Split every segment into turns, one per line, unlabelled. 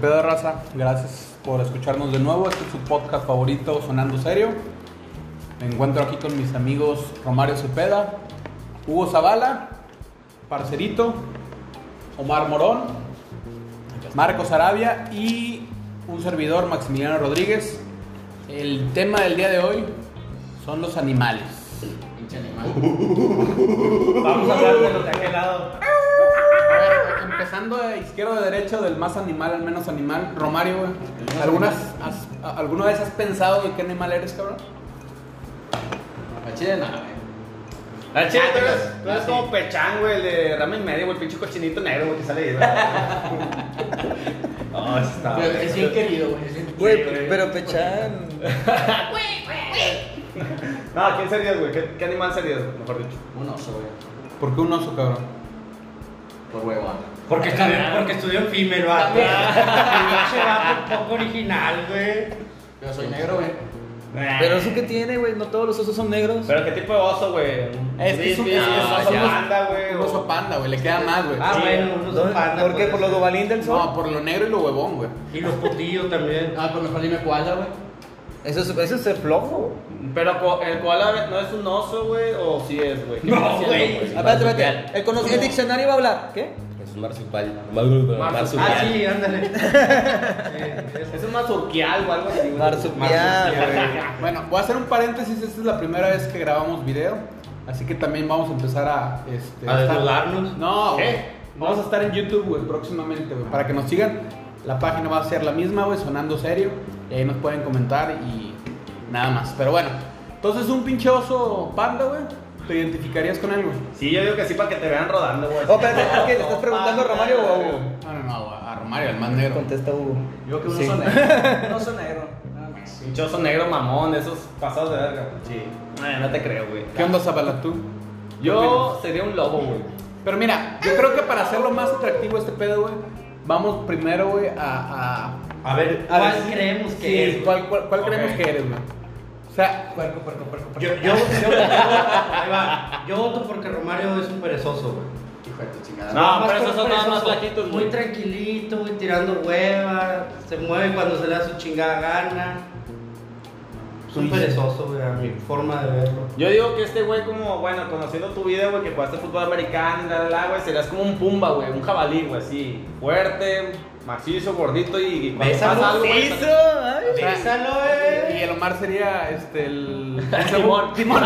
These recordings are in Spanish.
pedo, raza? Gracias por escucharnos de nuevo. Este es su podcast favorito, Sonando Serio. Me encuentro aquí con mis amigos Romario Cepeda, Hugo Zavala, Parcerito, Omar Morón, Marcos Arabia y un servidor, Maximiliano Rodríguez. El tema del día de hoy son los animales.
Pinche animal.
Vamos a hablar de los de aquel lado.
A ver, empezando de izquierdo a derecho, del más animal al menos animal. Romario, güey, ¿algunas, has- a- ¿alguna vez has pensado de qué animal eres, cabrón?
A Chile nada, güey.
La chida, tú eres,
Ah,
tú eres
sí.
como pechán, güey, el de rama y media, güey, el pinche cochinito negro, güey, que sale ahí, güey. Oh, está.
Pero es bien querido, uh, güey. es bien
Güey,
querido, güey.
pero Pechan.
No, ¿quién serías, güey? ¿Qué, qué animal serías, güey? mejor dicho?
Un oso, güey.
¿Por qué un oso, cabrón?
Por ah. huevón.
Porque estudió, porque estudió efímero, ah,
También.
pinche vato poco original, güey.
Yo soy negro, güey.
Pero eso que tiene, güey, no todos los osos son negros.
¿Pero qué tipo de oso, güey?
Es que es un-
Frisbee,
es que
oso
son los-
panda, güey.
Un
o-
oso panda, güey, le queda más, güey.
Ah,
Sí.
bueno, un oso
¿Dónde-
panda,
¿Por qué?
pues.
¿Por los dobalín del sol?
No, por lo negro y lo huevón, güey.
Y los putillos también.
Ah, pues mejor dime koala, güey.
Eso, es, eso es ser flojo.
Pero co- el koala no es un oso, güey, o sí es, güey. ¿Qué
No,
está haciendo,
güey.
Ah, Espérate, espérate. El, cono- el diccionario va a hablar. ¿Qué?
Es un marsupial. Marsupial.
Ah,
marsupial.
sí, ándale. Sí, eso.
Es un mazurquial o algo así, güey.
Marsupial, güey.
Bueno, voy a hacer un paréntesis, esta es la primera vez que grabamos video, así que también vamos a empezar a... Este,
A
estar-
desnudarnos.
No,
¿Qué?
güey. Vamos a estar en YouTube, güey, próximamente, güey, para que nos sigan. La página va a ser la misma, güey, sonando serio, y ahí nos pueden comentar y nada más. Pero bueno, entonces un pinche oso panda, güey, ¿te identificarías con él, güey?
Sí, yo digo que sí, para que te vean rodando, güey.
Oh, espérate, ¿es que le estás preguntando a Romario o a Hugo?
No, no, no, güey, a Romario, el más negro.
Contesta Hugo.
Yo creo que un
Sí.
oso negro.
Un oso negro. Nada más.
Pinche oso negro mamón, de esos pasados de verga. güey.
Sí.
Ay, no te creo, güey.
¿Qué onda, Zabala, tú?
Yo sería un lobo, güey.
Pero mira, yo creo que para hacerlo más atractivo este pedo, güey, vamos primero, güey, a... a
A ver,
a
¿cuál
decir-
creemos que
sí,
es? güey?
¿Cuál, cuál, cuál creemos
Ok.
que eres, güey? O sea,
Puerco, puerco, puerco, puerco.
Yo, yo, yo, ahí va. yo voto porque Romario es un perezoso, güey.
Hijo de tu chingada.
No,
Nada más
pero
por
esos
un
son Ah, nada más
perezoso.
Pues
flaquitos, güey.
Muy tranquilito, güey, tirando hueva. Se mueve cuando se le da su chingada gana. Es un perezoso, güey, a mi forma de verlo.
Yo digo que este güey, como, bueno, conociendo tu vida, güey, que jugaste fútbol americano y la, la, la, güey, serías como un pumba, güey, un jabalí, güey, así. Fuerte, macizo, gordito y, y cuando
Bésalo,
pasa algo, güey,
Eso,
saca-
ay.
Bésalo,
y
eh.
el Omar sería, este, el...
Timón.
Timón.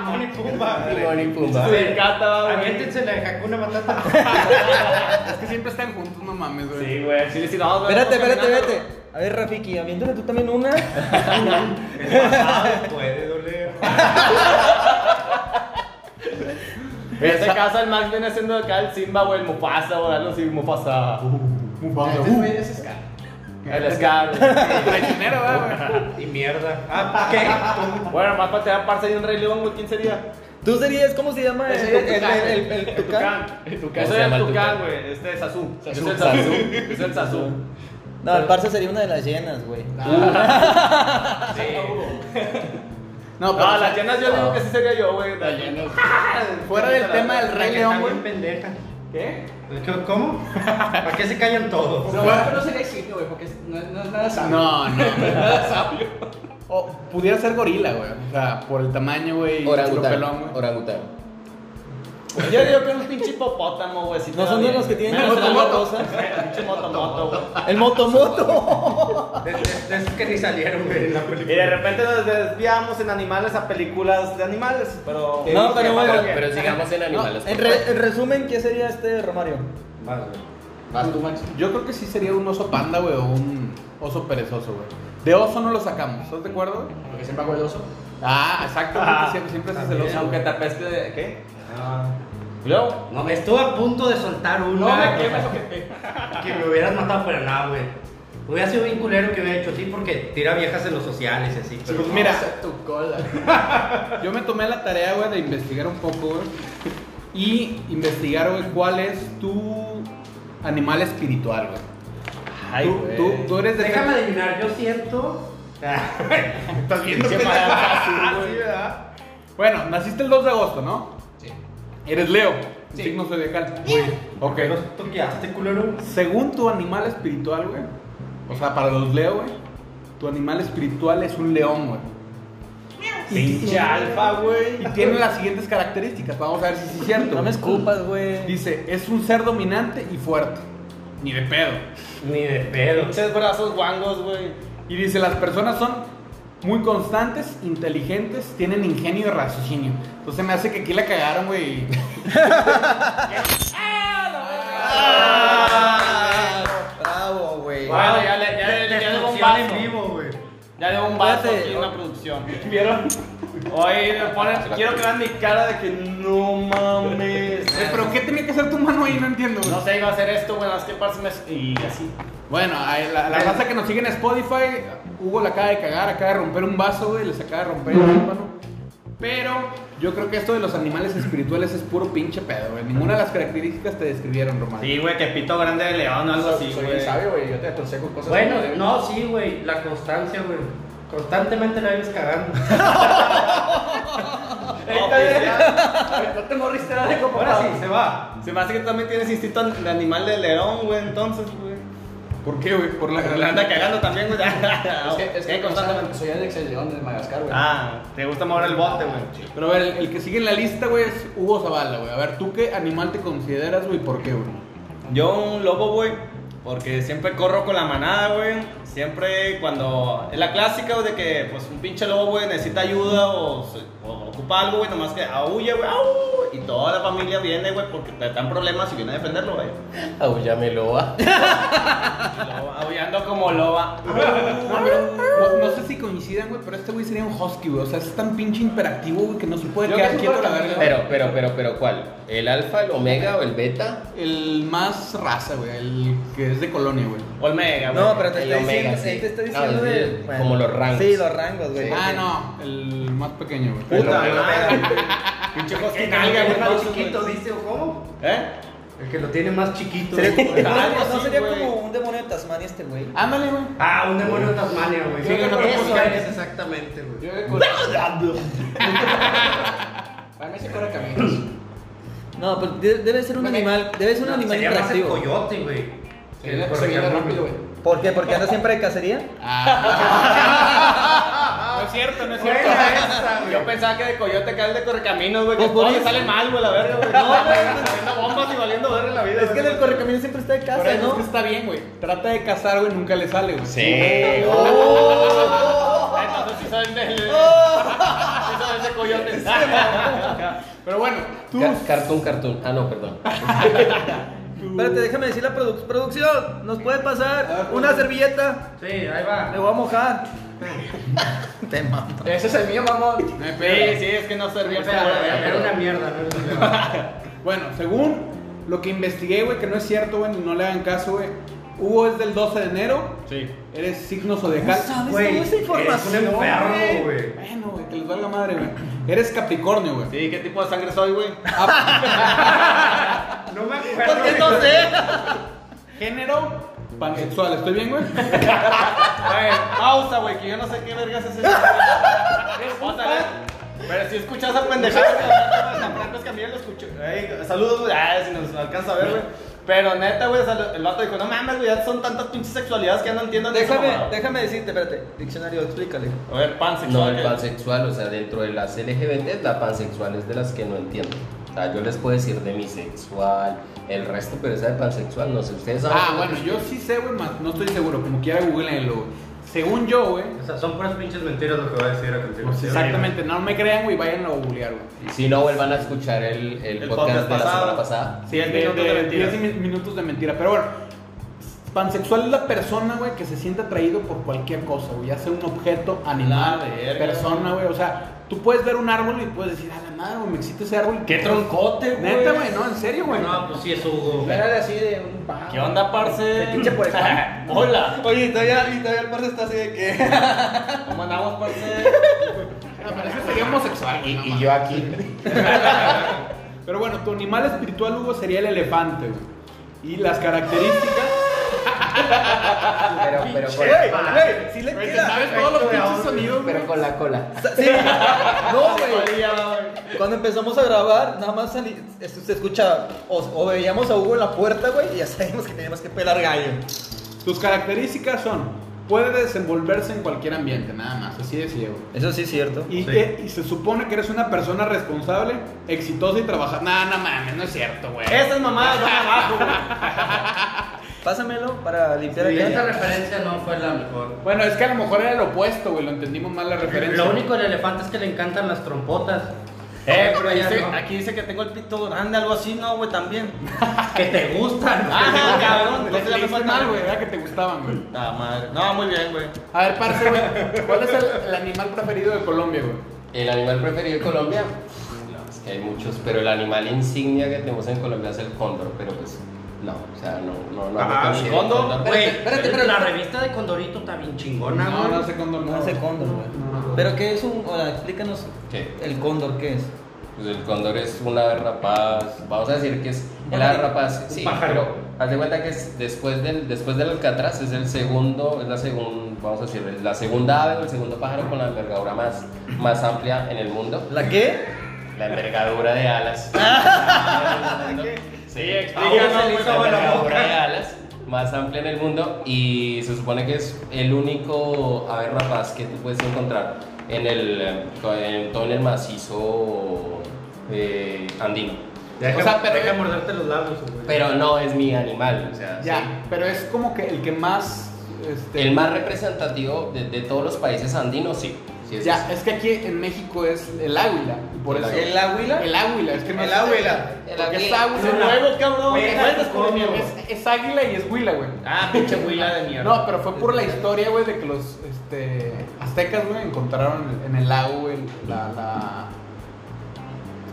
Timón y Pumba.
Timón y Pumba.
Me encanta, güey.
Aviéntense la de Hakuna Matata.
Es que siempre están juntos, no mames, güey.
Sí, güey, sí, sí, no, no,
Espérate,
no,
espérate,
no, no.
espérate. A ver, Rafiki, aviéntale tú también una.
Puede doler.
En este caso, el Max viene siendo acá el Simba, güey, el Mufasa, o algo así, Mufasa.
Mufasa.
Este güey es ska.
El Scar, güey.
Traicionero, ¿verdad, güey.
Y mierda. Ah, ¿qué?
Bueno, más para te dan parce y un Rey León, güey, ¿quién sería?
Tú serías, ¿cómo se llama? El,
Ese
el,
es Tucán.
el- el- el tucán.
Yo soy el Tucán, güey. Este es Sazú. Yo soy el Sazú. Yo soy el Sazú.
No, el Parsa sería una de las llenas, güey.
Sí.
No, pero,
No,
o sea,
las llenas yo digo que sí sería yo, güey.
Está lleno.
fuera del tema del
La
Rey
que
León,
está
güey.
bien pendeja.
¿Qué?
¿Qué- ¿Cómo? ¿Para qué se callan todos?
No, pero no sería exilio, güey, porque no, no es nada sabio.
No, no, O pudiera ser gorila, güey. O sea, por el tamaño, güey. y el pelón,
Orangután.
güey.
Orangután.
Pues Yo digo que un pinche hipopótamo, güey. sí te
No
va
son de
bien,
los que
güey.
tienen
Menos
las
el moto.
cosas.
Pinche motomoto, güey.
El motomoto.
De, de- de esos que ni salieron, güey, en la
Y de
película.
repente nos desviamos en animales a películas de animales, pero.
No, pero bueno,
¿por qué?
Pero sigamos en animales.
No, en, re- en resumen, ¿qué sería este Romario?
Vas, güey.
Vas tú, Max.
Yo creo que sí sería un oso panda, güey, o un oso perezoso, güey. De oso no lo sacamos, ¿estás de acuerdo?
Porque siempre hago el oso.
Ah, exactamente,
Ah,
siempre, siempre haces el
también,
oso.
Aunque te apeste de. ¿Qué? ¿Y luego?
No, me estuve a punto de soltar una que, que me hubieran matado, pero nada, güey. Hubiera sido bien culero que hubiera hecho así porque tira viejas en los sociales y así. Pero
Pues mira.
Vamos a tu cola.
Yo me tomé la tarea, güey, de investigar un poco, güey. Y investigar, güey, cuál es tu animal espiritual, güey.
Ay,
tú,
güey.
tú, tú eres de...
Déjame adivinar, yo siento. Estás viendo
Pinche
que
payaso,
Ah,
güey.
sí, ¿verdad?
Bueno, naciste el 2 de agosto, ¿no?
Sí.
Eres Leo,
Sí.
signo zodiacal. Ok.
Pero tú qué haces, culero.
Según tu animal espiritual, güey. O sea, para los Leo, güey. Tu animal espiritual es un león, güey.
Pinche alfa, güey.
Y tiene las siguientes características. Vamos a ver si sí es cierto.
No me escupas, güey.
Dice, es un ser dominante y fuerte. Ni de pedo.
Ni de pedo.
Pinches brazos guangos, güey.
Y dice, las personas son muy constantes, inteligentes, tienen ingenio y raciocinio. Entonces me hace que aquí la cagaron, güey.
Ah, Bravo, güey.
Bueno, ya le, ya le, ya le debo un vaso.
en vivo, güey.
Ya le debo un vaso
Fíjate.
aquí en la producción. ¿Vieron? Hoy me ponen, quiero que vean mi cara de que no mames.
Eh, Pero ¿qué tenía que hacer tu mano ahí? No entiendo, güey.
No sé, iba a hacer esto, güey, las que parce me... Y así.
Bueno, a la, la raza que nos sigue en Spotify, Hugo la acaba de cagar, acaba de romper un vaso, güey, les acaba de romper el tímpano. Pero yo creo que esto de los animales espirituales es puro pinche pedo, güey. Ninguna de las características te describieron, Román.
Sí, güey, que pito grande de león o algo así,
Soy
güey.
bien sabio, güey. Yo te aconsejo cosas.
Bueno,
que-
no, sí, güey. La constancia, güey. Constantemente la vives cagando.
No, pues,
No te morriste nada de copa.
Ahora sí, se va. Se me hace que tú también tienes instinto de animal de león, güey, entonces, güey.
¿Por qué, güey? Por la
Le anda cagando también, güey.
Es que, es que
Sí, constantemente.
soy Alex el León de Madagascar, güey.
Ah, te gusta mover el bote, güey.
Pero a ver, el, el que sigue en la lista, güey, es Hugo Zavala, güey. A ver, ¿tú qué animal te consideras, güey? ¿Por qué, güey?
Yo un lobo, güey, porque siempre corro con la manada, güey. Siempre cuando... Es la clásica, güey, de que pues un pinche lobo, güey, necesita ayuda o, se- o ocupa algo, güey, nomás que aúlla, güey, au. Y toda la familia viene, güey, porque te dan problemas y viene a defenderlo, güey.
Aullámelo, ah.
Loba, Aullando como loba.
No, pero no, no sé si coincidan, güey, pero este güey sería un husky, güey. O sea, es tan pinche imperactivo, güey, que no se puede
Yo
quedar
creo que
quieto la
para
verga.
mí-
Pero, pero, pero, pero, ¿cuál? ¿El alfa, el omega o el beta?
El más raza, güey, el que es de colonia, güey.
Olmega, güey.
No, pero te
El
estoy
omega,
diciendo,
sí.
sí, te estoy
No,
diciendo
es
de-
bien, como los rangos.
Sí, los rangos, güey.
Ah, no, el más pequeño, güey.
Puta
Puta
madre.
madre. Pinche
El
husky
que
nalga,
lo
güey.
tiene más
entonces,
chiquito, dice, ¿o cómo?
güey. ¿Eh?
El que lo tiene más chiquito.
Sería como-
güey.
Algo
no
así,
sería
güey.
como un demonio de Tasmania este güey.
Ándale, güey.
Ah, un demonio de Tasmania, güey.
Sí, yo no creo que
Eso
sea.
eres exactamente, güey.
Yo creo que- Para mí se corre caminos.
No, pero de- debe ser un
Ok.
animal, debe ser un
No,
animal
Sería más el
interactivo.
coyote, güey.
Se viene- se viene rápido, güey.
¿Por qué? ¿Porque anda siempre de cacería?
No es cierto, no es
Buena
cierto.
esa, güey.
Yo pensaba que de coyote que es de correcaminos, güey. Que
Pues por
todo le
eso.
sale mal, güey, la verga, güey. No, güey. Saliendo bombas y valiendo verga en la vida.
Es que en
güey.
el correcamino siempre está de
Por
casa,
eso es
¿no?
que está bien, güey. Trata de cazar, güey, nunca le sale, güey.
Sí.
Oh.
Entonces sí saben de. Sí saben de coyote.
Pero bueno, tú.
Ca- cartoon, cartoon. Ah, no, perdón.
Espérate, déjame decir la produ- producción. ¿Nos puede pasar una servilleta?
Sí, ahí
Me
va.
voy a mojar. Te mamo.
Ese es el mío, mamón.
No hay pedo.
Sí, sí, es que no servía para
Pues Era una mierda, ¿no?
Bueno, según lo que investigué, güey, que no es cierto, güey, no le hagan caso, güey. Hugo es del 12 de enero,
Sí.
eres signo zodiacal.
¿Sabes toda esa
eres
información,
un enfermo,
güey?
güey.
Bueno, güey, que les valga madre, güey. Eres Capricornio, güey.
Sí, ¿qué tipo de sangre soy, güey?
No me acuerdo.
¿Por qué no sé?
Género pansexual, ¿estoy bien, güey?
Güey, pausa, güey, que yo no sé qué vergas es eso. Póntale. Pero si escuchas esa pendejada, tan pronto es que a mí ya lo escucho. Ey, saludos, güey. Ah, si nos alcanza a ver, güey. Pero neta, güey, sal- el vato dijo, no mames, güey, ya son tantas pinches sexualidades que ya no entiendo ni esa
Déjame,
mamada".
déjame decirte, espérate. Diccionario, explícale.
A ver, pansexual.
No, el
¿qué?
pansexual, o sea, dentro de las LGBT, la pansexual es de las que no entiendo. O sea, yo les puedo decir demisexual, el resto, pero esa de pansexual, no sé, ustedes saben.
Ah, bueno, yo sí sé, güey, más no estoy seguro. Como quiera, googleenlo, güey. Según yo, güey.
O sea, son puras pinches mentiras lo que va a decir a
Pues
continuación.
exactamente, no me crean, güey, vayan a googlear, güey.
Si no, vuelvan a escuchar el, el
El
podcast,
podcast
de la
pasado.
semana pasada.
Sí, es minutos de, mentiras.
10 min- minutos de mentira. Pero bueno, pansexual es la persona, güey, que se siente atraído por cualquier cosa, güey. Ya sea un objeto, animal,
La verga.
persona, güey. O sea, tú puedes ver un árbol y puedes decir, a la madre, güey, me excita ese árbol.
¡Qué troncote, güey! Ah,
Neta, güey, no, en serio, güey.
No, pues sí es Hugo.
Era de así de un pan.
¿Qué onda, parce?
pinche puerca.
Hola.
Oye, todavía, y todavía el parce está así de que.
¿Cómo andamos, parce?
Me parece que sería homosexual,
Y,
güey. no
y
mames.
yo aquí.
Pero bueno, tu animal espiritual, Hugo, sería el elefante, güey. Y las características.
Pero, pero, con,
Güey, güey, sí le
Güey, te
queda.
sabes todos los
Perfecto de
pinches
audio,
sonidos, güey.
pero con la cola.
Ah, Sa- Sí. No, güey.
Olía, güey.
Cuando empezamos a grabar, nada más salí, esto se escucha, o, o veíamos a Hugo en la puerta, güey, y ya sabíamos que teníamos que pelar gallo.
Tus características son, puede desenvolverse en cualquier ambiente, nada más, así de ciego.
Eso sí es cierto.
Y,
Sí.
que- y se supone que eres una persona responsable, exitosa y trabajadora. No, no mames, no es cierto, güey.
Esas mamadas van abajo, güey.
Pásamelo para limpiar
Y
el
esta
gallo.
referencia no fue la mejor.
Bueno, es que a lo mejor era lo opuesto, güey, lo entendimos mal la referencia.
Lo único del elefante es que le encantan las trompotas.
Eh, pero
ya
dice-
no.
aquí dice que tengo el pito grande, algo así, no, güey, también.
Que te gustan.
Ajá, cabrón,
Le-
entonces
le
ya me
hice
falta
mal, güey, era que te gustaban, güey.
Ah, madre. No, muy bien, güey.
A ver, parce, güey, ¿cuál es el, el animal preferido de Colombia, güey?
El animal preferido de Colombia. No, es que hay muchos, pero el animal insignia que tenemos en Colombia es el cóndor, pero pues no, o sea, no, no, no.
Ah,
no considero
el cóndor,
Güey,
espérate,
pero la revista de Condorito está bien chingona,
No,
güey.
no sé cóndor, no.
No sé cóndor, güey. Pero qué es un, o sea, explícanos
¿Qué?
el cóndor, ¿qué es?
Pues el cóndor es una rapaz, vamos a decir que es
Un
la
pájaro.
rapaz, sí,
pájaro.
pero haz de cuenta que es después del después del alcatraz es el segundo, es la segunda, vamos a decir, la segunda ave o el segundo pájaro con la envergadura más más amplia en el mundo,
¿La qué?
la envergadura de alas. Sí,
explícanos,
la
güey, sobre la
envergadura de alas más amplia en el mundo y se supone que es el único ave rapaz que tú puedes encontrar en el eh, en todo el macizo eh, andino.
Deja,
O sea, pero-
deja morderte los labios, güey.
Pero no es mi animal, o sea,
Ya,
sí.
pero es como que el que más. Este,
el más representativo de, de todos los países andinos, sí. sí es
Ya,
ese.
es que aquí en México es el águila. y por
El
eso.
águila.
¿El águila?
El águila, es que no
El
es-
águila.
El
Porque es
águila.
águila.
Un huevo, cabrón.
Güey,
¿Cuál es
es
descubrimiento?
como-
Es, es águila y es huila, güey.
Ah, pinche huila de mierda.
No, pero fue por la historia, güey, de que los este, aztecas, güey, encontraron en el- en el lago, güey, la, la.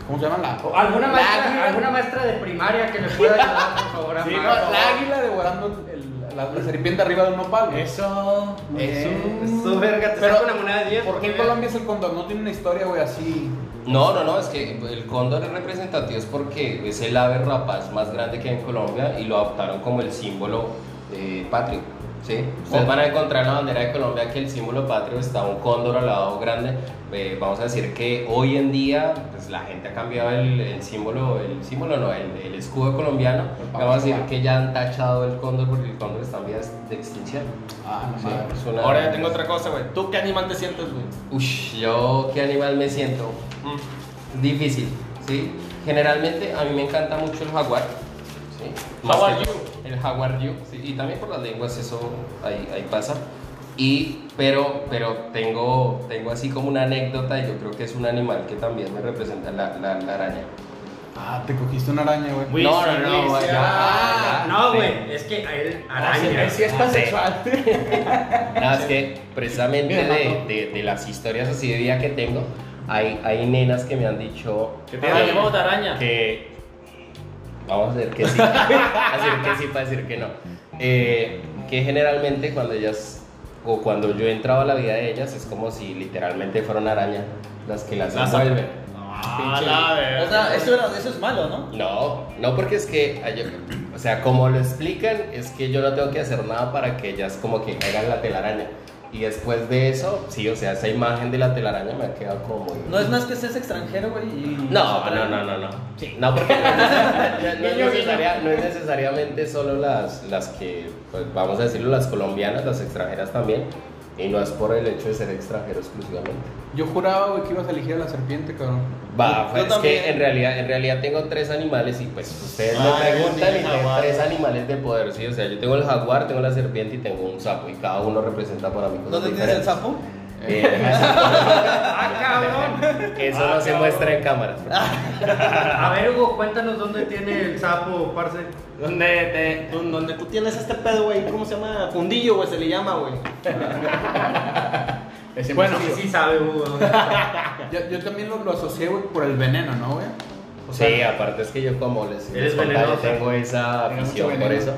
¿Cómo se llama? La,
O ¿Alguna
la
maestra,
águila.
alguna maestra de primaria que me pueda ayudar, por favor, a
Sí, no,
Mar, por
la
favor?
águila devorando el- la, la serpiente arriba de un nopal, güey.
Eso.
Eh,
Eso, verga, te
Pero,
saco una moneda de 10.
¿Por qué en Colombia es el condor? No tiene una historia, güey, así.
No, no, no, es que el cóndor es representativo es porque es el ave rapaz más grande que hay en Colombia y lo adoptaron como el símbolo eh, patrio. ¿sí? Ustedes van a encontrar en la bandera de Colombia que el símbolo patrio está un cóndor al lado grande. Eh, vamos a decir que hoy en día pues, la gente ha cambiado el, el símbolo, el símbolo no, el, el escudo colombiano. Vamos a decir que ya han tachado el cóndor porque el cóndor está en vías de extinción.
Ah, no
Sí,
mames.
es una-
Ahora ya tengo otra cosa, güey. ¿Tú qué animal te sientes, güey?
Ush, yo qué animal me siento. Mm, Difícil, ¿sí? Generalmente a mí me encanta mucho el jaguar. ¿sí? Más
Jaguar
que
yu.
todo, El jaguar yu, ¿sí? Y también por las lenguas eso ahí, ahí pasa. Y, pero, pero tengo, tengo así como una anécdota y yo creo que es un animal que también me representa la, la- la araña.
Ah, te cogiste una araña, güey.
Güey,
no,
sí,
no, no,
güey, sí,
ya,
ah,
ya,
No,
sí.
güey, es que a Ah, él araña.
Sí, está
Sí.
sexual.
Nada, es que precisamente
Mira,
de, de- de las historias así de vida que tengo, hay, hay nenas que me han dicho
Araña,
que-
vamos de araña.
que vamos a decir que sí, a decir que sí para decir que no. Eh, que generalmente cuando ellas o cuando yo he entrado a la vida de ellas es como si literalmente fueran araña las que las
Las
envuelven.
Ah, la
O
verga.
sea, eso, era- eso es malo, ¿no?
No, no porque es que, ay, o sea, como lo explican, es que yo no tengo que hacer nada para que ellas como que hagan la telaraña. Y después de eso, sí, o sea, esa imagen de la telaraña me ha quedado como... muy-
No es más que seas extranjero, güey. y-
No, no, no, no, no. No, porque no es, no es necesaria- no es necesariamente solo las, las que, pues, vamos a decirlo, las colombianas, las extranjeras también. Y no es por el hecho de ser extranjero exclusivamente.
Yo juraba, güey, que ibas a elegir a la serpiente, cabrón.
Va,
Yo
pues, es
también.
que en realidad, en realidad tengo tres animales y pues ustedes me
Ay,
preguntan
sí,
y tengo
jaguar.
tres animales de poder, sí, o sea, yo tengo el jaguar, tengo la serpiente y tengo un sapo y cada uno representa para mí cosas
¿Dónde tienes el
diferentes.
sapo?
Eh,
Ah, cabrón.
que eso no
Ah,
se muestra en cámaras.
A ver, Hugo, cuéntanos dónde tiene el sapo, parce.
Donde, te- tú- donde tú tienes este pedo, güey, ¿cómo se llama? Fundillo, güey, se le llama, güey.
Bueno,
sí, sí sabe, Hugo. dónde está.
yo, yo también lo, lo asocié, güey, por el veneno, ¿no, güey?
sí, aparte es que yo como les, les
Eres
contaba, yo
venenoso.
tengo esa
Tengo mucho
afición por
veneno.
eso.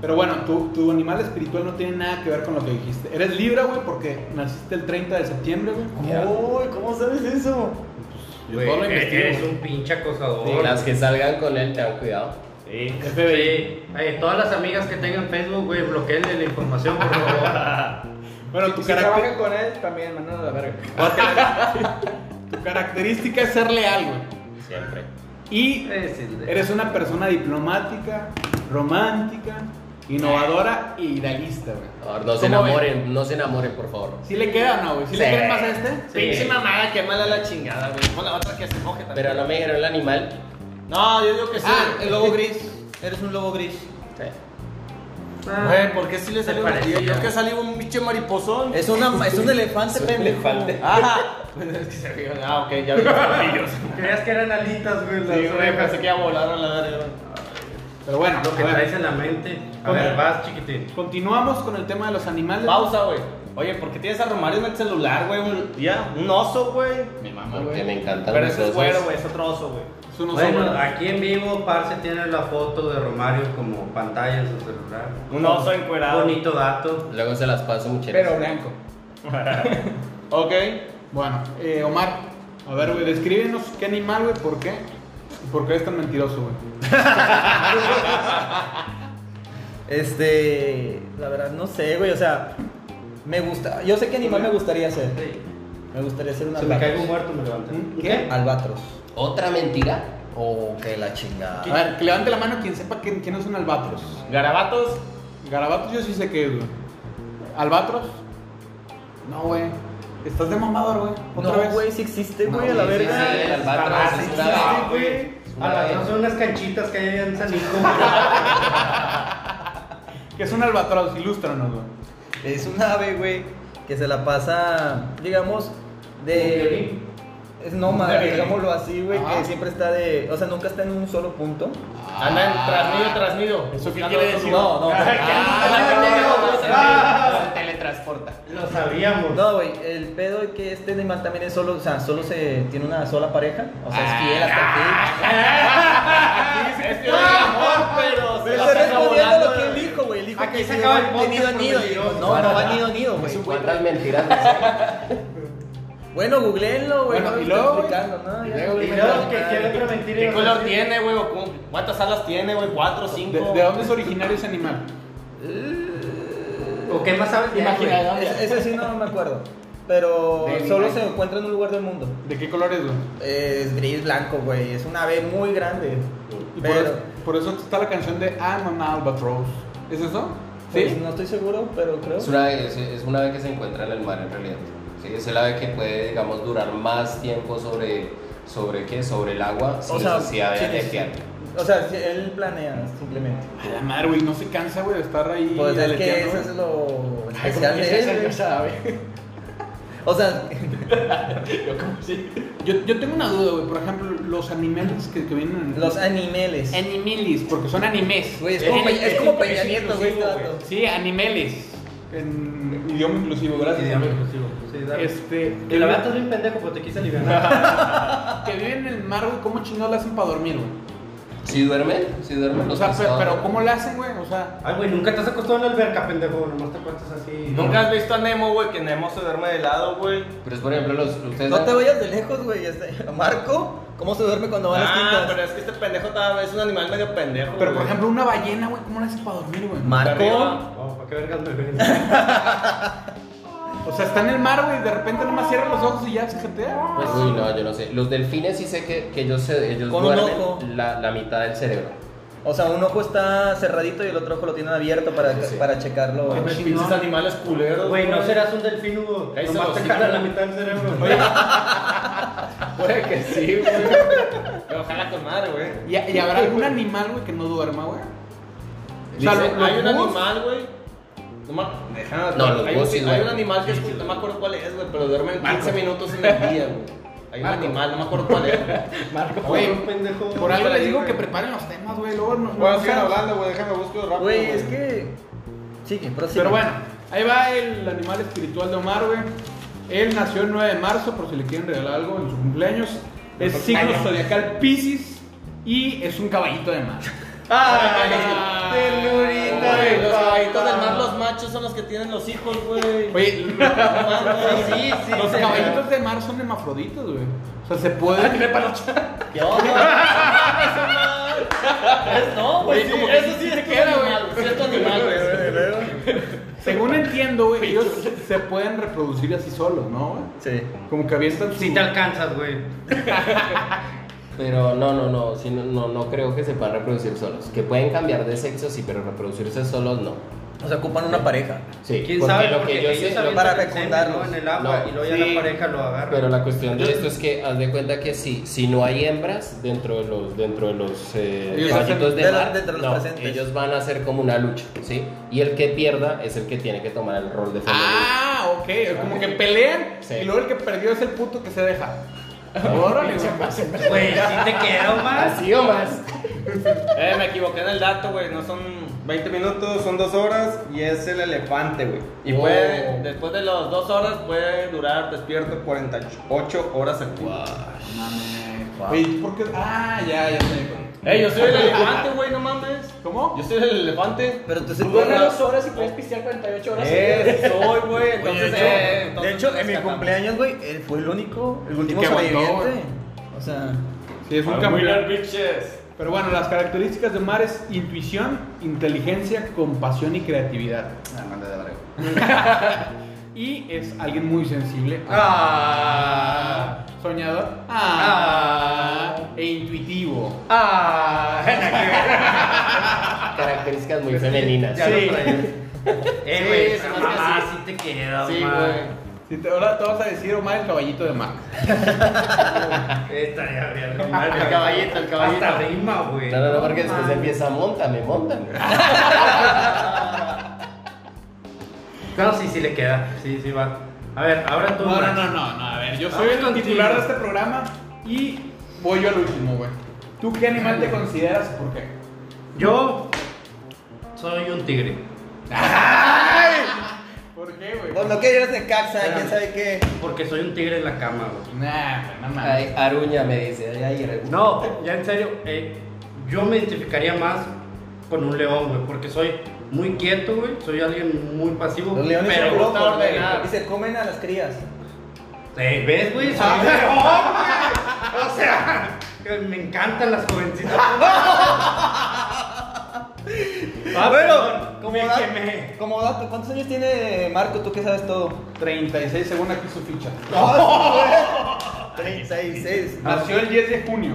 Pero bueno, tu, tu animal espiritual no tiene nada que ver con lo que dijiste. Eres Libra, güey, porque naciste el 30 de septiembre, güey.
Ya.
Uy, ¿cómo sabes eso?
Yo todo lo
Güey, eh,
investigo.
Eres un pinche acosador.
Y las que salgan con él, tengan cuidado.
Sí, Eh, todas las amigas que tengan Facebook, güey, bloqueenle la información, por favor.
Bueno, tu,
Si
caracter-
trabajan con él, también, mandan a la verga.
Porque-
tu característica es ser leal, güey.
Siempre.
Y eres una persona diplomática, romántica, innovadora e idealista, güey.
Por favor, No se
¿Cómo
enamoren, no se enamoren, por favor.
¿Sí le queda o no, güey? ¿Sí, le
Sí.
quieren más a este?
Sí.
Pinche mamada, qué mala la chingada, güey. Pon la otra que se moje también.
Pero no me dijeron el animal.
No, yo digo que sí.
Ah, el lobo gris. Eres un lobo gris. Ah.
Güey, ¿por qué sí le salió una
parecía.
tía? Yo que salí un pinche maripozón.
Es, una, es un elefante, pendejo.
Ah, bueno, es que se rió. Ah, ok, ya vi. Sí,
Creías que eran alitas, güey. Las
güey,
orejas.
pensé que ya volaron la verga.
Pero bueno,
Lo que
a ver,
traes en la mente. A
Ok.
ver, vas, chiquitín.
continuamos con el tema de los animales.
Pausa, güey. Oye, ¿por qué tienes a Romario en el celular, güey? Un, ya, un oso, güey.
Mi mamá,
Porque me
güey.
encantan
Pero
los
ese es
osos.
güero, güey, es otro oso, güey.
Es un oso,
Bueno,
güey.
aquí en vivo, Parce tiene la foto de Romario como pantalla en su celular.
Un oso encuerado.
Bonito dato.
Luego se las paso muchachos.
Pero blanco.
Ok.
Bueno, eh, Omar, a ver, güey, descríbenos qué animal, güey, por qué. y ¿Por qué eres tan mentiroso, güey?
Este, la verdad, no sé, güey. O sea, me gusta. Yo sé qué animal me gustaría ser. Me gustaría ser un
Se me
albatros.
caigo muerto, me levanté.
¿Qué?
Albatros.
¿Otra mentira?
Oh, que la chingada.
Ah,
A ver, que levante la mano quien sepa quién, quién es un albatros.
Garabatos.
Garabatos yo sí sé qué es, güey. ¿Albatros? No, güey. Estás de mamador, güey. Otra
No,
vez.
güey, si existe,
No,
güey, a la
sí, sí,
verga.
sí, el albatros
Ah,
es
sí,
una
sí,
vez.
sí, güey.
Una
A la
vez.
razón son unas canchitas que hay allá en San Nico.
¿Qué es un albatros? Ilústranos, güey.
Es un ave, güey, que se la pasa, digamos, de. Es nómada, digámoslo así, güey,
Ah.
que siempre está de. O sea, nunca está en un solo punto.
Anda en trasnido, trasnido.
¿Eso qué
Buscando
quiere
osos,
decir?
güey.
No, Ah, no.
Se teletransporta.
Lo sabíamos.
No, güey, el pedo es que este animal también es solo, o sea, solo se tiene una sola pareja. O sea, es fiel
Ah.
hasta aquí.
Este es amor, pero
Pero
se la
estoy
pasa
respondiendo lo
volando.
que él dijo, güey. Él dijo
Aquí
que
se
sí,
acaba
güey,
el podcast
de nido a
por
nido.
Dios.
Digo, No, no va nido a nido, güey.
¿Cuántas mentiras? no sé?
Bueno, googleenlo, güey.
Bueno,
no
y
lo
luego,
estoy explicando, ¿no?
y
ya.
luego,
Y luego que quiere otra mentira.
¿Qué color tiene, güey? o cómo- ¿Cuántas alas tiene, güey? ¿Cuatro, cinco?
¿De, de dónde es originario ese animal?
¿O qué más sabes? de él, güey?
Imagina,
Es- Ese sí no me acuerdo. Pero
De
solo
mi-
se encuentra en un lugar del mundo.
¿De qué color es, güey?
Es gris blanco, güey. Es una ave muy grande.
Y por,
Pero.
eso, por eso está la canción de "Ah, I'm an albatross. ¿Es eso?
pues,
Sí.
no estoy seguro, pero creo.
Es una, es, es un ave que se encuentra en el mar en realidad. Sí, es el ave que puede, digamos, durar más tiempo sobre, sobre qué, sobre el agua, sin necesidad de
sí, sí.
aletear.
O sea, sí, él planea simplemente.
A la madre, güey, no se cansa, güey, de estar ahí.
Pues es que
aleteando,
eso
güey.
es lo
Ay,
especial
como que
de
se
él, güey.
nerviosa, güey.
O sea,
Yo como sí.
Yo, yo tengo una duda, güey. Por ejemplo, los animales que, que vienen.
los animales.
Animales, porque son animes.
Güey, es como, Pe- es como
porque
Peña
es
Nieto, güey, este
inclusivo,
vato.
Sí, animales. En idioma inclusivo, gracias.
Idioma
amigo.
inclusivo. Sí, dale.
Este,
Y la verdad, es bien pendejo, pero te quise aliviar.
que viven en el mar, güey, ¿cómo chingados le hacen para dormir, güey?
Si duermen, si duermen
O
Pues
los
sea, pero,
pescados.
pero ¿cómo le hacen, güey? O sea,
Ay, güey, nunca te has acostado en la alberca, pendejo. Nomás te acuestas así.
¿Nunca has visto a Nemo, güey? Que Nemo se duerme de lado, güey.
Pero es, por ejemplo, los, ustedes
No
han-
te vayas de lejos, güey. este, Marco, ¿cómo se duerme cuando va a las
Ah,
quintas?
pero es que este pendejo está- es un animal medio pendejo.
pero por
güey.
ejemplo, una ballena, güey, ¿cómo le hacen para dormir, güey?
Marco.
Arriba.
Oh, ¿para qué vergas me ven?
O sea, está en el mar, güey, y de repente nomás cierra los ojos y ya se jetea.
Pues uy, no, yo no sé. Los delfines sí sé que, que ellos, se- ellos
Con un ojo.
duermen la, la mitad del cerebro.
O sea, un ojo está cerradito y el otro ojo lo tienen abierto para,
Sí, sí.
para checarlo.
Ay, güey.
Pinches animales culeros.
Güey, no serás un delfín, Hugo.
Cállese
Nomás
los
te
hocico.
jala la mitad del cerebro.
Puede que sí, güey. Que Ojalá con madre, güey.
¿Y, y habrá algún animal, güey, que no duerma, güey? O sea,
Dice,
lo- los
hay un
búhos-
animal, güey. No me deja,
No,
güey.
los
hay,
búhos
un,
sí
hay
duermen.
un animal que es, no me acuerdo cuál es, güey, pero duerme 15 minutos en el día, güey. Hay un
Marco.
animal, no me acuerdo cuál es. güey.
Marco,
Güey,
un pendejo.
Por algo les digo
Güey.
que preparen los temas, güey, luego no, no
Bueno,
saben.
sigan hablando, güey, déjame busco rápido.
Güey, es que. Sigue, prosigue.
Pero bueno, ahí va el animal espiritual de Omar, güey. Él nació el 9 de marzo, por si le quieren regalar algo en su cumpleaños. Es signo zodiacal Pisces y es un caballito de mar.
¡Ay!
telurita
Güey,
de
Los
papa.
caballitos del mar, los machos son los que tienen los hijos, güey. Ah,
Oye,
No mames.
Sí, sí,
los
sí.
caballitos de mar son hermafroditos, güey. O sea, se
Ah,
pueden.
Yo, no.
No, güey,
Oye,
como
sí,
que eso sí
sí
es
se
tu
queda,
animal, güey. Sí es tu animal, güey.
Según entiendo, güey, ellos se pueden reproducir así solos, ¿no, güey?
Sí.
Como que avientan su...
Si te alcanzas, güey.
Pero no, no, no, sí, no, no, no creo que se puedan reproducir solos. Que pueden cambiar de sexo, sí, pero reproducirse solos no.
O sea, ocupan una pareja.
Sí,
¿Quién
porque
sabe?
lo
Porque
que yo
ellos
sé-
avientan
lo-
para
el semen,
fecundarlos.
¿no? en el agua
No,
y luego ya
sí.
la pareja lo agarra.
Pero la cuestión de esto es que haz de cuenta que si, si no hay hembras dentro de los dentro de los eh,
Ellos
caballitos
hacen-
de
de la-
mar,
dentro de los
no,
presentes.
ellos van a hacer como una lucha, ¿sí? Y el que pierda es el que tiene que tomar el rol de femenino.
Ah, ok. Como que pelean
Sí.
y luego el que perdió es el puto que se deja. Órale, güey.
Güey, si te queda más.
Así o más.
Eh, me equivoqué en el dato, güey. No son 20 minutos, son 2 horas y es el elefante, güey. Y
Oh.
puede, después de las 2 horas, puede durar despierto 48 horas activo.
Oye, ¿tú ¿por qué? Ah, ya, ya sé.
Eh, yo soy el elefante, güey, no mames.
¿Cómo?
Yo soy el elefante.
Pero tú se
Duerme dos horas y puedes pistear 48 horas.
Eh, soy, güey.
Oye,
Entonces, eh,
de, hecho,
entonces
de hecho, en mi
rescatamos.
cumpleaños, güey, él fue el único, el último
que aguantó,
sobreviviente. O sea,
Sí, es un
I'm winner,
campeón.
bitches.
Pero bueno, las características de Mar es intuición, inteligencia, compasión y creatividad. Y es alguien muy sensible.
Ah.
Soñador. E intuitivo.
Ah.
Ah, Características muy femeninas.
Ya
Sí.
lo traía. Eh, güey.
Sí, se me hace que
Ah,
sí.
sí te queda
Sí,
más.
güey.
Si te, ahora te vas a decir Omar el caballito de Mar.
Estaría bien.
El caballito, el caballito.
Hasta rima, güey.
No, no, no, porque después empieza monta, me montan.
No, sí, sí le queda. Sí, sí va. A ver, ahora tú.
No, no,
Max.
no, no, no, a ver,
Ah,
yo soy
Vamos
el
contigo.
titular de este programa y voy yo al último, güey. ¿Tú qué animal te consideras y por qué?
Yo soy un tigre.
¿Por qué, güey?
cuando quieras de Caxa, quién sabe qué.
Porque soy un tigre en la cama, güey.
Nah, güey, no mames.
Ay, Aruña me dice, ay, ay, re-
No, ya en serio, eh, yo me identificaría más con un león, güey. Porque soy muy quieto, güey. Soy alguien muy pasivo.
Los leones
pero
son
gusta
locos, güey,
ordenar.
y se comen a las crías.
Eh, ¿Ves, güey? Soy un león, güey. O sea, que me encantan las jovencitas. Ah, perdón,
como,
me
da-
quemé.
como dato, ¿cuántos años tiene Marco? Tú que sabes todo.
36 según aquí su ficha.
Ah, 36.
Ah,
Nació el 10 de junio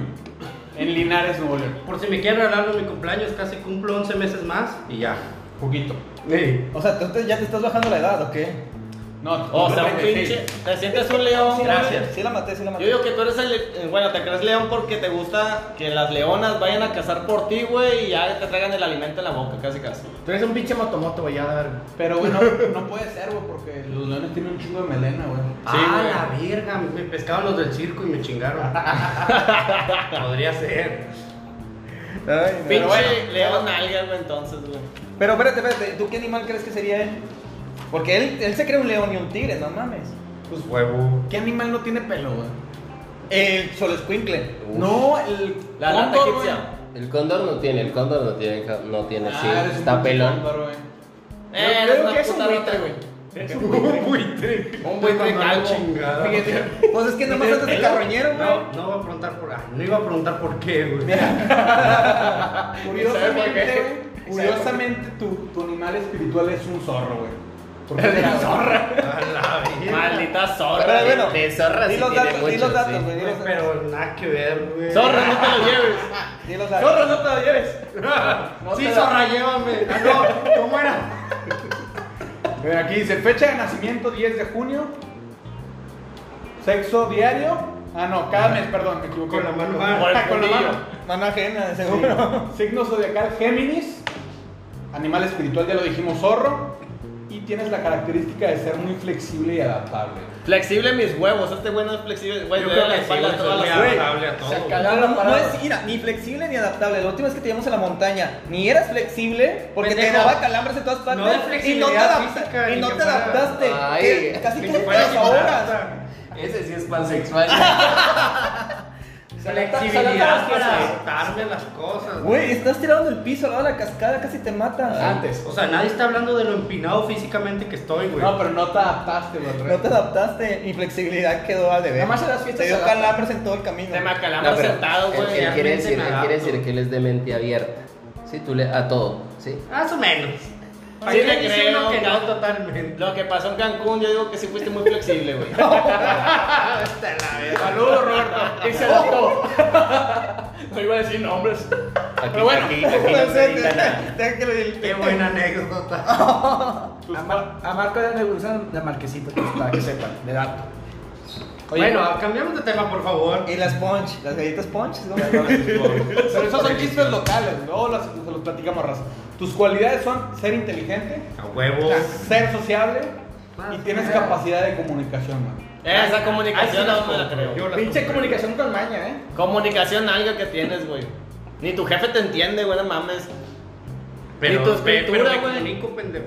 en Linares, Nuevo León.
Por si me quieren regalarlo en mi cumpleaños, casi cumplo 11 meses más y ya.
Poquito.
Sí.
O sea, ¿tú te- ya te estás bajando la edad, ¿o qué?
No,
O sea,
36.
un Oh, pinche. Te sientes un león, güey.
Sí la maté, sí la
Yo
maté.
digo que tú eres el. eh, Bueno, te crees león porque te gusta que las leonas vayan a cazar por ti, güey, y ya te traigan el alimento en la boca, casi casi.
Tú eres un pinche motomoto, güey, ya a ver.
Pero bueno, no puede ser, güey, porque los leones tienen un chingo de melena, güey.
ah, la verga, me pescaron los del circo y me chingaron. Podría ser.
Ay,
Pinche
pero, bueno.
león nalga, güey, entonces, güey.
pero espérate, espérate, ¿tú qué animal crees que sería él? Porque él, él se cree un león y un tigre, no mames.
Pues huevo.
¿Qué animal no tiene pelo, güey?
El solo escuincle.
Uf.
No, el.
La lata
cóndor, güey.
egipcia.
El cóndor no tiene, el cóndor no tiene, ca- no tiene, sí,
Ah, eres un
está
pinche
pelón.
cóndor, güey. Yo
Eh, eres
creo
una
que es un
puta
buitre,
rata.
güey.
Es un buitre.
Un buitre
Cuando
calvo.
la chingada.
Fíjate.
Pues es que nomás andas de carroñero, güey.
No, no voy a preguntar por. ah, no iba a preguntar por qué, güey.
Curiosamente, güey, curiosamente tu, tu animal espiritual es un zorro, güey. Porque
A la verga.
Maldita zorra.
Pero bueno,
de zorra
di
sí
los
tiene
datos, di
mucho,
los datos,
sí.
güey. di
Güey,
los-
Pero nada que ver, güey.
Zorra, no te lo lleves.
Di los datos.
no te lo lleves.
sí, zorra, llévame. Ah, no, ¿cómo era?
Mira, aquí dice fecha de nacimiento 10 de junio. Sexo diario. Ah, no, cada mes, perdón, me equivoqué.
Con la mano.
Por el
Ah, con la
fundillo.
mano.
Mano ajena, seguro.
Sí. Signo zodiacal Géminis. Animal espiritual, ya lo dijimos, zorro. Y tienes la característica de ser muy flexible y adaptable.
Flexible mis huevos. Este güey no es flexible. Güey,
Yo
le
creo
doy la
que sí,
espalda a
güey,
todas
soy
las
muy
güey.
adaptable a todo.
Se
No,
calaron
no
parados.
es, mira, ni flexible ni adaptable. La última vez que te llevamos a la montaña, ni eras flexible porque te
Pendejo.
daba calambres en todas partes.
No es
y no te,
flexibilidad
adapta-
física,
y
ni
no
que
te
fuera-
adaptaste.
Ay,
que casi
Ni
que
que fuera
te ahora.
gimnasta.
Ese sí es pansexual.
Flexibilidad para adaptarme a las cosas.
Güey, estás tirado en el piso al lado de la cascada, casi te matas.
Antes.
O sea, nadie está hablando de lo empinado físicamente que estoy, güey.
No, pero no te adaptaste, güey.
No te adaptaste. Mi flexibilidad quedó al deber.
Además, en las fiestas
Te dio
se adapta.
calambres en todo el camino.
Te me
No,
acalambra
pero
sentado,
él-
güey.
él, quiere
realmente
decir,
me
él
adapto.
quiere decir que él es de mente abierta. Sí, tú le a todo, sí.
Más o menos.
Sí,
Sí,
te
me creo.
creo.
que no, totalmente.
Lo que pasó en Cancún, yo digo que sí fuiste muy flexible, güey.
Saludos, Roberto. Y se adaptó. No iba a decir nombres. Pero bueno,
aquí, aquí no se edita nada.
Qué buena anécdota.
a, Mar- a Marco ya le gustan la marquesita, pues, para que sepan, de dato.
bueno, cambiamos de tema, por favor.
Y las punch, las galletas punch. ¿no?
Pero esos son chistes locales, luego las- se los platicamos raza. Tus cualidades son ser inteligente,
A huevos.
ser sociable y tienes capacidad de comunicación, güey.
Esa comunicación
Ay, sí,
no me la creo.
Yo la
Pinche
compré.
comunicación con maña, ¿eh?
Comunicación algo que tienes, güey. Ni tu jefe te entiende, güey, no mames.
Pero,
Ni tu
pe- pero
escritura,
me
güey.
comunico, pendejo.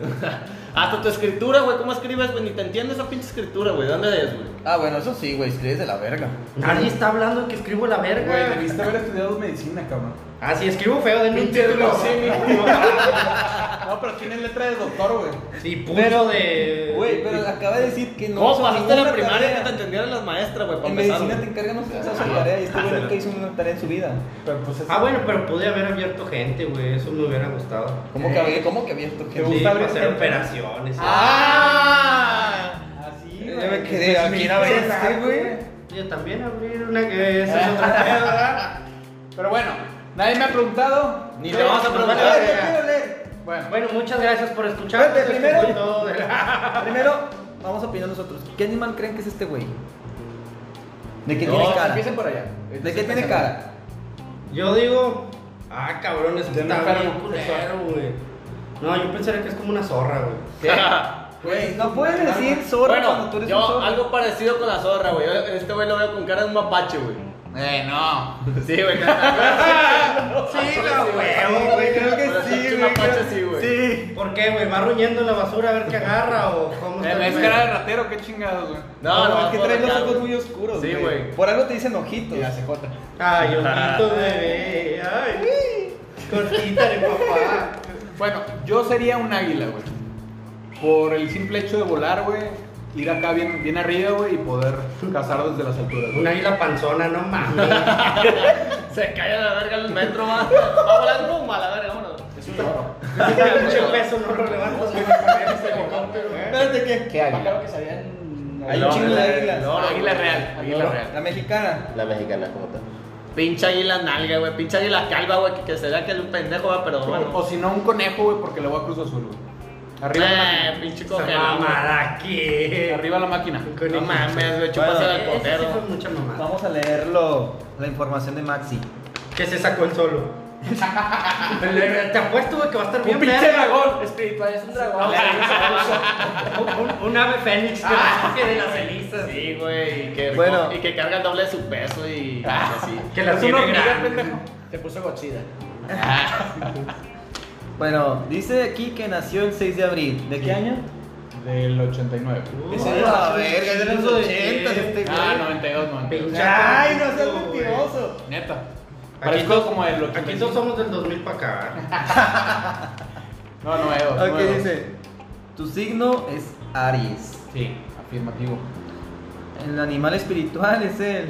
Hasta tu escritura, güey, ¿cómo escribes, güey? Ni te entiende esa pinche escritura, güey. ¿Dónde es, güey?
Ah, bueno, eso sí, güey, escribes de la verga.
Nadie está hablando que escribo la
Güey,
verga.
debiste haber estudiado medicina, cabrón.
Ah, sí, escribo feo, denme un
Pinche
título.
No, pero tienes letra de doctor, güey.
Sí,
Pero-
punto de.
Güey, pero acaba de decir que no.
¿Cómo
hizo
pasaste la
ninguna
primaria
tarea.
que te entendieron las maestras, güey? Para
En
empezar,
medicina te
güey?
encargan hacer esa tarea y este güey nunca hizo una tarea en su vida.
Pero pues es-
Ah, bueno, pero pude haber abierto gente, güey. Eso me hubiera gustado.
¿Cómo que había? ¿Cómo que había esto?
¿Te
Sí,
gusta
para
abrir
hacer
gente? Ah.
operaciones.
¡Ah!
Así,
Yo
güey.
me quedé aquí la vez, güey.
Yo también abrir una que ese es otro pedo, ¿verdad?
Pero bueno, nadie me ha preguntado.
Ni
Yo-
te vamos a
Pero
Ah,
preguntar.
bueno,
güey.
yo quiero leer. Bueno,
Bueno, muchas gracias por escuchar.
Espérate, primero.
la...
Primero, vamos a opinar nosotros. ¿Qué animal creen que es este güey? ¿De qué
No,
tiene cara?
Empiecen por allá.
¿De qué tiene cara?
Yo digo, ah, cabrón, es
De
que
una
está
cara
bien
muy
culero, güey. No, yo pensaría que es como una zorra, güey.
Güey, no puedes decir zorro cuando tú
Pues, bueno,
eres
yo
un zorro.
algo parecido con la zorra, güey. Yo Este güey lo veo con cara de un mapache, güey.
eh, no.
Sí, güey.
Ah,
cara-
Sí, la
huevo, güey, creo que
Pero
sí,
es Un
güey,
mapache,
creo-
sí, güey.
Sí.
¿Por qué, güey? ¿Va ruñendo en la basura a ver qué agarra o cómo
Eh,
está el
¿Es
pedo?
cara de ratero? ¿Qué chingados, güey?
No, no,
es que
por
traes los
acá,
ojos
güey.
muy oscuros,
Sí,
güey.
güey.
Por algo te dicen ojitos.
CJ.
Ay, ojito, bebé. Ay, cortita de papá.
Bueno, yo sería un águila, güey. Por el simple hecho de volar, güey. Ir acá bien, bien arriba, güey, y poder cazar desde las alturas, güey.
Una águila panzona, no mames.
Se cae a la verga el metro, va. Va volando, pum, a la verga, vámonos. Es un zorro.
Mucho peso, no lo levantas, güey.
Espérate, ¿qué?
¿Qué águila?
Claro que sabían.
Hay un chingo de
Eh.
águilas.
No, águila real, águila
No,
real.
La mexicana.
La mexicana como tal.
Pinche águila nalga, güey. Pinche águila calva, güey. Que, que será que es un pendejo, va, pero bueno.
O si no, un conejo, güey, porque le voy a Cruz Azul, güey. Oh, Arriba, la
Eh,
máquina.
pinche
Esa
cojera, güey.
mamada aquí.
Arriba la máquina.
No mames, güey. Chúpasela al
Ese sí
portero.
fue mucha mamada.
Vamos a leerlo. La información de Maxi.
que se sacó el solo. Te apuesto, güey, que va a estar bien.
Un pinche
verga.
dragón.
Espiritual es un dragón.
Un- un- Un ave fénix que la saque de las cenizas.
Ah. Sí, güey. Y que,
Bueno.
y que carga el doble de su peso y así.
Que la
Es una
tiene
hormiga,
grande.
pendejo.
Te puso gochida.
Bueno, dice aquí que nació el 6 de abril. ¿De qué año?
Del 89.
Uh,
Ese es
ah,
la verga, es de los 80 este güey.
Ah, 92, 92.
Ay, no seas mentiroso.
Neta.
Aquí
Parezco
todos,
como el 85.
aquí todos somos del 2000 para acá. ¿eh?
No, nuevo.
Ok,
nuevo.
dice. Tu signo es Aries.
Sí, afirmativo.
El animal espiritual es el.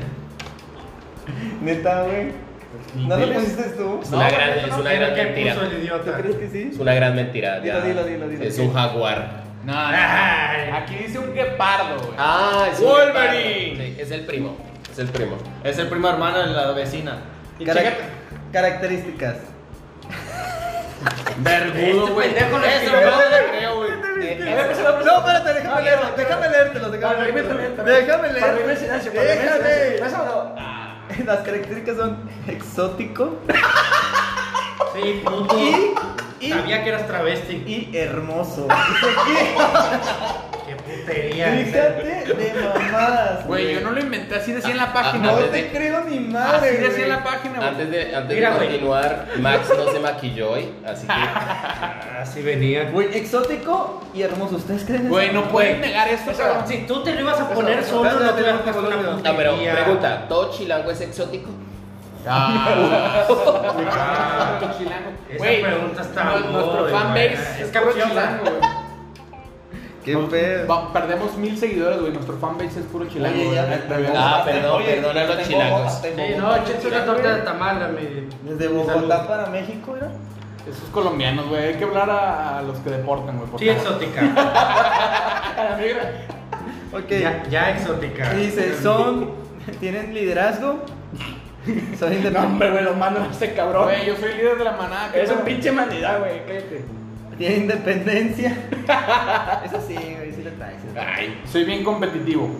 Neta, güey. ¿No lo pusiste tú?
Es una
No,
gran, es una gran
¿Qué
mentira.
puso el
¿Tú
idiota?
crees que sí?
Es una gran mentira.
Dilo,
ya.
dilo, dilo, dilo.
Es un jaguar.
No, no.
Ay.
Aquí dice un guepardo, güey.
Ah, es un
Wolverine.
guepardo. Sí, es el primo. Es el primo.
Es el primo hermano de la vecina. Y
Carac-
chécate.
Características.
Vergudo,
Este
güey.
pendejo lo
Eso
escribió.
no le creo, güey.
No, espérate, déjame leerlo, déjame leértelo,
Para
déjame
mí
leértelo.
también.
Déjame
Para mí me
leer.
silencio, para mí me silencio.
Déjame. Las características son exótico
Sí, puto.
y,
Sabía que eras travesti.
y hermoso.
Qué putería.
Fíjate de mamadas.
Güey, yo no lo inventé, así decía en la página.
No
güey.
antes
te
de-
creo ni
Así
ah, madre.
decía en
güey.
la página, güey.
Antes de, antes
Mira,
de
güey.
continuar, Max no se maquilló hoy, así que
Así Ah, venía.
Güey, exótico y hermoso. ¿Ustedes creen eso?
Güey, no pueden negar eso, cabrón.
Si tú te lo ibas a poner
Eso,
solo, no
espérate,
te ibas a
espérate,
poner una
espérate.
putería.
No, pero pregunta, ¿todo chilango es exótico?
Ah,
Ah.
puro chilango.
Esa
Güey,
pregunta está
nu-
muy
Nuestro
buena.
fanbase
Es
es puro
capciosa.
chilango, güey.
Qué
Nos-
pedo.
va- Perdemos mil seguidores, güey. Nuestro fanbase es puro chilango.
Oye, ya
güey.
me- me-
Ah,
me-
perdón,
oye,
perdón a los
desde
chilangos.
Bogotá, desde
Sí,
Bogotá.
no, échense una torta de tamal a mi.
Desde
mi
Bogotá
salud.
para México, ¿era?
Esos colombianos, güey. Hay que hablar a, a los que deportan, güey. por
Sí,
favor.
exótica.
A la migra.
Ok.
Ya, ya exótica.
Y Dice, son. Tienen liderazgo. Son
No,
independientes.
hombre, güey, lo mando a este cabrón.
Güey, yo soy líder de la manada. ¿qué
es un
pedo?
pinche manidad, güey, cállate.
Tienen independencia. Eso sí, güey, sí lo traes. sí lo traes.
Ay, soy bien competitivo.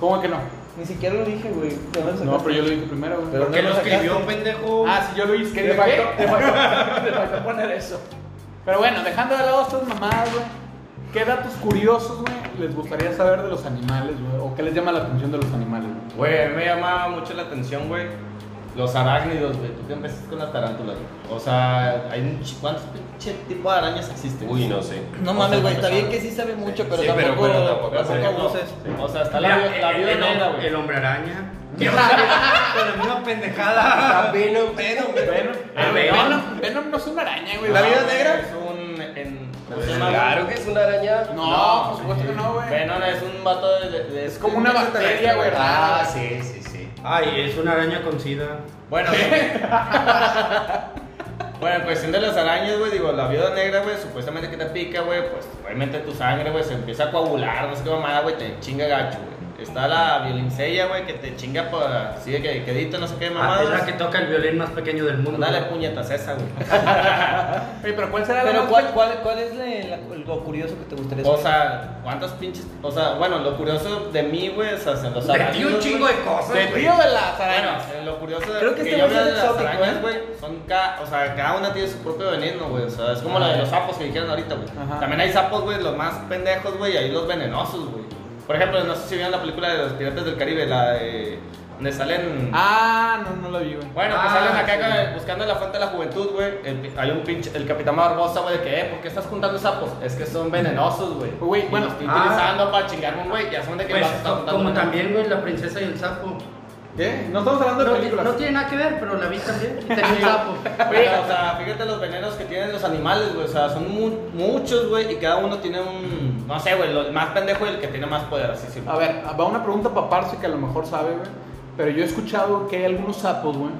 ¿Cómo que no?
Ni siquiera lo dije, güey. ¿De dónde
No,
sacaste?
pero yo lo dije primero, güey.
Pero
¿Por qué
no
lo
sacaste.
escribió, pendejo?
Ah, sí, yo lo hice.
Te faltó, te faltó, te faltó poner eso.
Pero bueno, dejando de lado estas mamadas, güey. ¿Qué datos curiosos, güey, les gustaría saber de los animales, güey? ¿O qué les llama la atención de los animales, güey?
Güey, a mí me llamaba mucho la atención, güey. Los arácnidos, güey. Tú que empezaste con las tarántulas. güey. O sea, hay un chi- ¿cuántos pinche tipo de arañas existen?
Uy, no sé.
No mames, güey. Está bien que sí sabe mucho, pero
sí, pero
tampoco.
bueno, tampoco
tampoco
sabe.
abuses.
O sea, está la,
Mira,
vi- la
el-
vida
el,
negra,
hombre-
güey.
el hombre araña. Con la misma pendejada.
Venom, Venom, Venom.
Ah,
Venom, Venom no es una araña, güey.
¿La vida
No,
negra?
güey.
Ah, Es un. en-
Pues,
es una-
claro que es una araña.
No, por supuesto que no, güey.
Venom es un vato de. de- de-
Es como una bacteria, güey. rara,
Ah,
güey.
sí, sí, sí.
Ay, es una araña con sida.
Bueno, bueno, en cuestión de las arañas, güey, digo, la viuda negra, güey, supuestamente que te pica, güey, pues obviamente tu sangre, güey, se empieza a coagular, no sé qué mamada, güey, te chinga gacho, güey. Está la violincella, güey, que te chinga por así de que quedito, no sé qué
Ah,
mamada.
es la que toca el violín más pequeño del mundo.
Dale puñetas a esa, güey.
Oye, pero ¿cuál será la
Pero
más-
¿cuál, cuál, cuál es la- la- lo curioso que te gustaría
O
saber?
sea, ¿cuántas pinches? O sea, bueno, lo curioso de mí, güey, o sea, se los
Te di un
arañidos,
chingo
güey,
de cosas.
Te
güey.
tío de las arañas. Bueno, eh, lo curioso de
Creo que este
yo
güey
veo
es
de las
exótico,
arañas,
¿eh?
güey, son cada, o sea, cada una tiene su propio veneno, güey. O sea, es como la de los sapos que dijeron ahorita, güey.
Ajá.
También hay sapos, güey, los más pendejos, güey, y hay los venenosos, güey. Por ejemplo, no sé si vieron la película de los piratas del Caribe, la de donde salen
Ah, no, no lo vi, güey.
bueno,
Ah,
que salen acá
sí.
con- buscando la fuente de la juventud, güey. El pi- Hay un pinche, el capitán Barbosa, güey, de que, eh, ¿por qué estás juntando sapos? Es que son venenosos, güey.
Güey,
Y
bueno.
los estoy
Ah.
utilizando para chingarme un güey y hacen de que
Pues,
vas a estar juntando
como
veneno.
también, güey, la princesa y el sapo.
¿Qué? No estamos hablando de
No,
películas.
no tiene nada que ver, pero la vi también. Tenía un sapo.
Oye, o sea, fíjate los venenos que tienen los animales, güey. O sea, son mu- muchos, güey, y cada uno tiene un. No sé, güey, lo- el más pendejo y el que tiene más poder, así sí.
A ver, va una pregunta para Parce que a lo mejor sabe, güey. Pero yo he escuchado que hay algunos sapos, güey,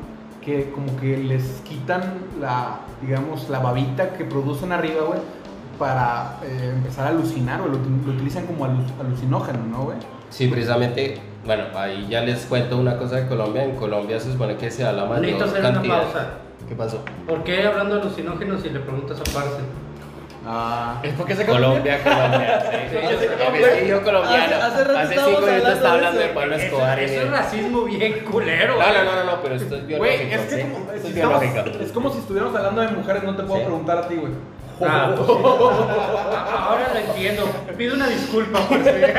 que como que les quitan la, digamos, la babita que producen arriba, güey, para eh, empezar a alucinar, güey. Lo, util- lo utilizan como alu- alucinógeno, ¿no, güey?
Sí, precisamente, bueno, ahí ya les cuento una cosa de Colombia. En Colombia se supone que se da la mayor
Necesito hacer una
cantidad.
pausa.
¿Qué pasó?
¿Por qué hablando de alucinógenos si le preguntas a Parce?
Ah.
¿Es porque se
Colombia, Colombia. sí.
Porque se
El
cambia.
vecino colombiano.
Hace- hace rato
Hace
estábamos
cinco minutos
hablando
estaba
de
hablando de
eso.
Pablo
Eso-
Escobar. y
eso
de-
es racismo bien culero.
No,
güey.
no, no, no, no, pero esto es biológico.
Güey, es que
¿sí?
como,
Esto
si
es
estamos-
biológico.
es como si estuviéramos hablando de mujeres, no te puedo
Sí.
preguntar a ti, güey.
Ah, pues, ahora lo entiendo. Pido una disculpa, Parce.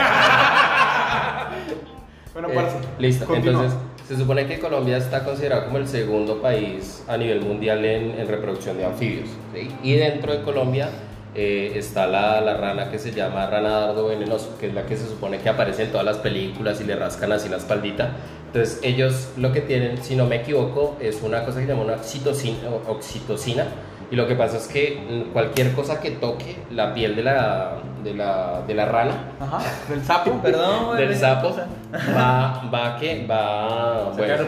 Bueno,
Eh,
Parce.
listo,
continúa.
entonces se supone que Colombia está considerado como el segundo país a nivel mundial en, en reproducción de anfibios. ¿sí? Y dentro de Colombia eh, está la, la rana que se llama rana dardo venenoso, que es la que se supone que aparece en todas las películas y le rascan así la espaldita. Entonces ellos lo que tienen, si no me equivoco, es una cosa que se llama una oxitocina. o- oxitocina y lo que pasa es que mm, cualquier cosa que toque la piel de la, de la, de la rana,
Ajá, del sapo.
Perdón, güey.
del
güey.
sapo va va que va bueno,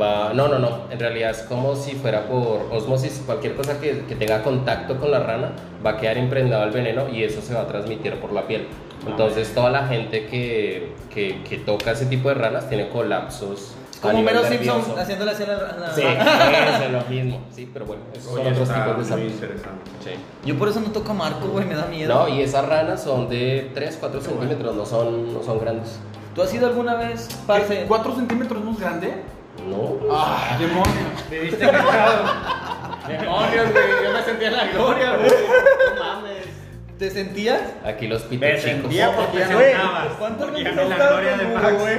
va no no no en realidad es como si fuera por osmosis cualquier cosa que, que tenga contacto con la rana va a quedar impregnado el veneno y eso se va a transmitir por la piel entonces toda la gente que, que, que toca ese tipo de ranas tiene colapsos a
Como
nivel
Mero Simpson
nervioso.
haciéndole así Ah. a la. a la-
sí eso es lo mismo sí pero bueno esos son
Oye,
otros
está
tipos de
muy
sapos
interesante.
Sí.
Yo por eso no toco a Marco, güey. Me da miedo.
no y esas ranas son de 3 4 centímetros no son no son grandes
¿Tú has ido alguna vez, parce?
¿Cuatro centímetros más grande?
no
¡Ah, demonios!
Te diste cagado. Demonios, güey. Yo me sentía en la gloria, güey. No mames.
¿Te sentías?
Aquí los
Me
pitos chicos.
sentía porque ya no pues,
Güey,
nada más,
¿Cuántas
porque
veces
ya
has
no la
estado
gloria
con
de
Hugo,
Max.
güey?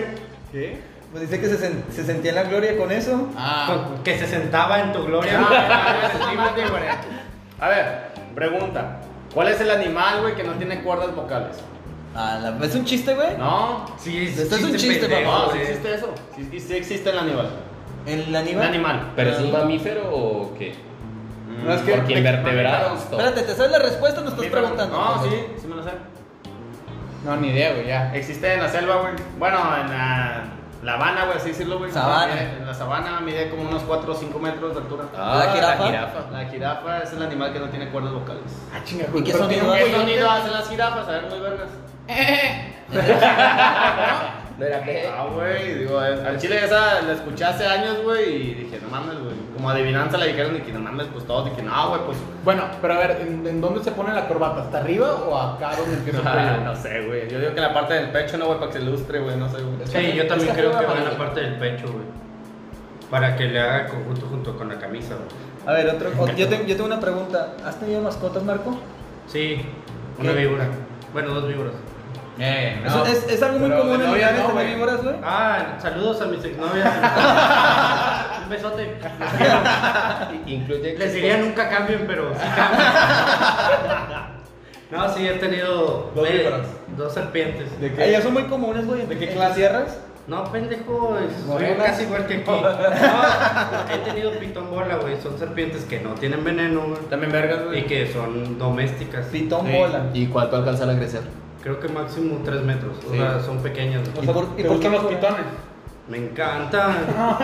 ¿Qué?
Pues dice que se, sen- se sentía en la gloria con eso.
Ah,
Con- Que se sentaba en tu gloria.
Ah.
A ver, pregunta. ¿Cuál es el animal, güey, que no tiene cuerdas vocales?
Ah, la- ¿Es un chiste, güey?
No.
Sí, es
Esto es un chiste,
pendejo,
papá.
No, sí
güey.
existe eso. Sí, sí existe el animal.
¿El
Un
animal?
animal. Mm.
¿Pero es un mamífero o qué?
no es que.
Porque invertebrados. todo.
Espérate, ¿te sabes la respuesta o nos estás preguntando?
No, sí, sí me lo sé.
No, ni idea, güey, ya.
Existe en la selva, güey. Bueno, en la. La Habana, güey, así decirlo, güey.
Sabana.
Mide- La sabana mide como unos 4 o 5 metros de altura.
Ah, la jirafa.
La jirafa es el animal que no tiene cuerdas vocales.
Ah, chinga,
¿Y qué
pero
son
tiene un
todas?
¿Qué
cuello.
sonido hacen las jirafas? A ver, muy vergas.
No era que.
Ah, güey, digo, eh, al chile esa la escuché hace años, güey, y dije, no mames, güey. Como adivinanza la dijeron, y que no mames, pues todos, dije, no, güey, pues.
Bueno, pero a ver, ¿en, en dónde se pone la corbata? ¿Hasta arriba o acá donde empieza el
ah,
cuello?
no sé, güey. Yo digo que la parte del pecho, no, güey, para que se lustre, güey, no sé, güey.
Sí, yo también
Es que
creo
arriba
que va en
parece.
la parte del pecho, güey. Para que le haga el conjunto junto con la camisa, güey.
A ver, otro, o- yo, te- yo tengo una pregunta. ¿Has tenido mascotas, Marco?
Sí, una
¿Qué?
víbora. Bueno, dos víboras.
Eh,
Eso es, es algo muy
Pero
común
de
en
novia
lugares
no,
de
güey.
víboras, güey.
Ah, saludos a mis exnovias. Un besote.
Incluye.
Les diría nunca cambien, pero sí cambian. No, sí, he tenido
Dos
eh,
víboras.
dos serpientes.
¿De qué? Ellas Ah, son muy comunes, güey. ¿De qué clase? ¿Tierras?
No, pendejo, es- soy
Morenas.
casi igual que aquí. No, he tenido pitón bola, güey. Son serpientes que no tienen veneno, güey.
También vergas,
Y
güey.
que son domésticas.
Pitón bola.
¿Y cuánto alcanzan a crecer?
Creo que máximo 3 metros. O
Sí.
sea, son pequeñas. güey.
O sea,
por-
¿te
¿Y por qué
gustan
los
las-
pitones?
Me encanta.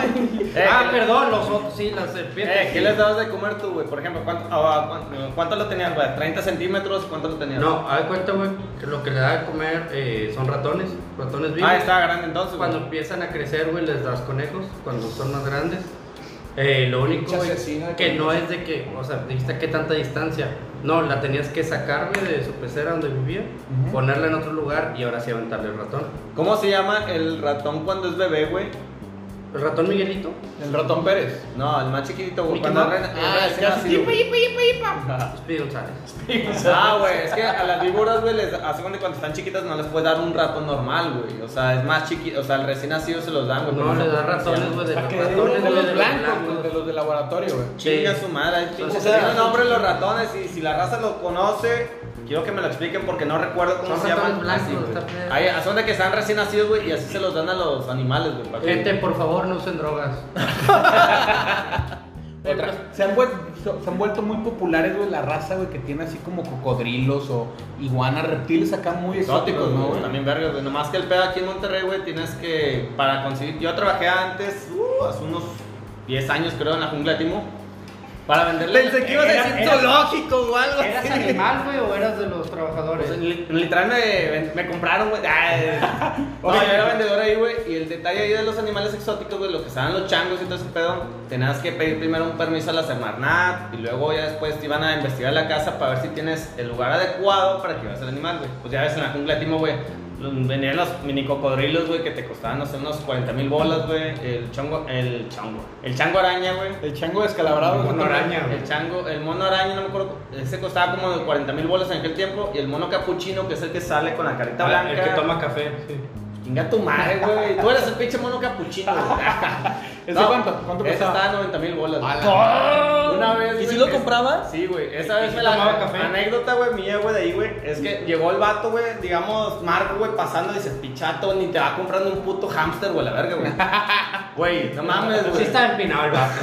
Eh,
ah,
que-
perdón, los otros, sí, las serpientes.
Eh, ¿qué
sí.
les dabas de comer tú, güey? Por ejemplo, ¿cuánto, ah, cuánto, cuánto lo tenías, güey? ¿30 centímetros? ¿Cuánto lo tenías?
No, haz de cuenta, güey, que lo que le da de comer eh, son ratones, ratones vivos.
Ah, estaba grande entonces, güey.
Cuando empiezan a crecer, güey, les das conejos, cuando son más grandes. Eh, lo único,
Pinche
güey,
asesina de
que no es de que, o sea, dijiste que tanta distancia. No, la tenías que sacar, güey, de su pecera donde vivía, ponerla en otro lugar y ahora sí aventarle el ratón.
¿Cómo se llama el ratón cuando es bebé, güey?
El ratón Miguelito,
El ratón Pérez.
No, el más chiquitito, güey.
Mickey
Cuando
Mouse.
arren- Ah, es que así.
los pues, pide González.
Ah, güey, es que a las víboras, güey, les hace cuenta que cuando están chiquitas no les puedes dar un ratón normal, güey. O sea, es más chiquito, o sea, el recién nacido se los dan, güey.
No,
pero
le
se
da
pueden
ratones,
hacer.
güey, de los
Para que
ratones,
de los,
güey, de
blancos,
los
güey,
blancos.
De los de laboratorio, güey.
Chinga
Sí.
su madre, chinga.
Entonces,
Tienen
sí.
nombre los ratones y si la raza lo conoce, quiero que me lo expliquen porque no recuerdo cómo
Son
se llaman.
ratones blancos,
Así, güey.
está feo.
Ahí, haz cuenta que están recién nacidos, güey, y así se los dan a los animales, güey. para que-
Gente, por favor, no usen drogas.
Otra- Eh, pues, Se han, vuel- se han vuelto muy populares, güey, la raza, güey, que tiene así como cocodrilos o iguanas, reptiles acá muy
exóticos,
exóticos, ¿no, güey?
También vergas, güey. Nomás que el pedo aquí en Monterrey, güey, tienes que. Para conseguir. Yo trabajé antes, uh, hace unos 10 años, creo, en la jungla de Timo. Para venderle.
Pensé que ibas a decir zoológico o algo
¿Eras
así.
animal, güey, o eras de los trabajadores?
Pues, en li- en literal me, me compraron, güey. Ay. No,
Ok.
yo era vendedor ahí, güey. Y el detalle ahí de los animales exóticos, güey, lo que estaban los changos y todo ese pedo, tenías que pedir primero un permiso a la Semarnat. Y luego ya después te iban a investigar la casa para ver si tienes el lugar adecuado para que ibas al animal, güey. Pues ya ves en la jungla de Timo, güey. los- Venían los mini cocodrilos, güey, que te costaban, no sé, unos 40 mil bolas, güey. El chongo, el chango, el chango araña, güey.
El chango descalabrado.
Mono
güey.
araña, güey.
El chango, el mono araña, no me acuerdo, ese costaba como de 40 mil bolas en aquel tiempo. Y el mono capuchino, que es el que sale con la carita
Ah,
blanca.
El que toma café, sí.
Chinga tu madre, güey. Tú eres el pinche mono capuchino, güey.
¿Ese cuánto? ¿Cuánto
ese
costaba?
estaba 90 mil bolas. güey. Una vez.
¿Y
güey,
si lo
es-
comprabas?
Sí, güey. Esa vez
¿Y
me
tomaba
la.
café?
Anécdota, güey, mía, güey, de ahí, güey. Es que llegó el vato, güey, digamos, Marco, güey, pasando. Dice, pichato, ni te va comprando un puto hámster, güey, la verga, güey. Güey, no mames,
Sí
güey.
está empinado el vato.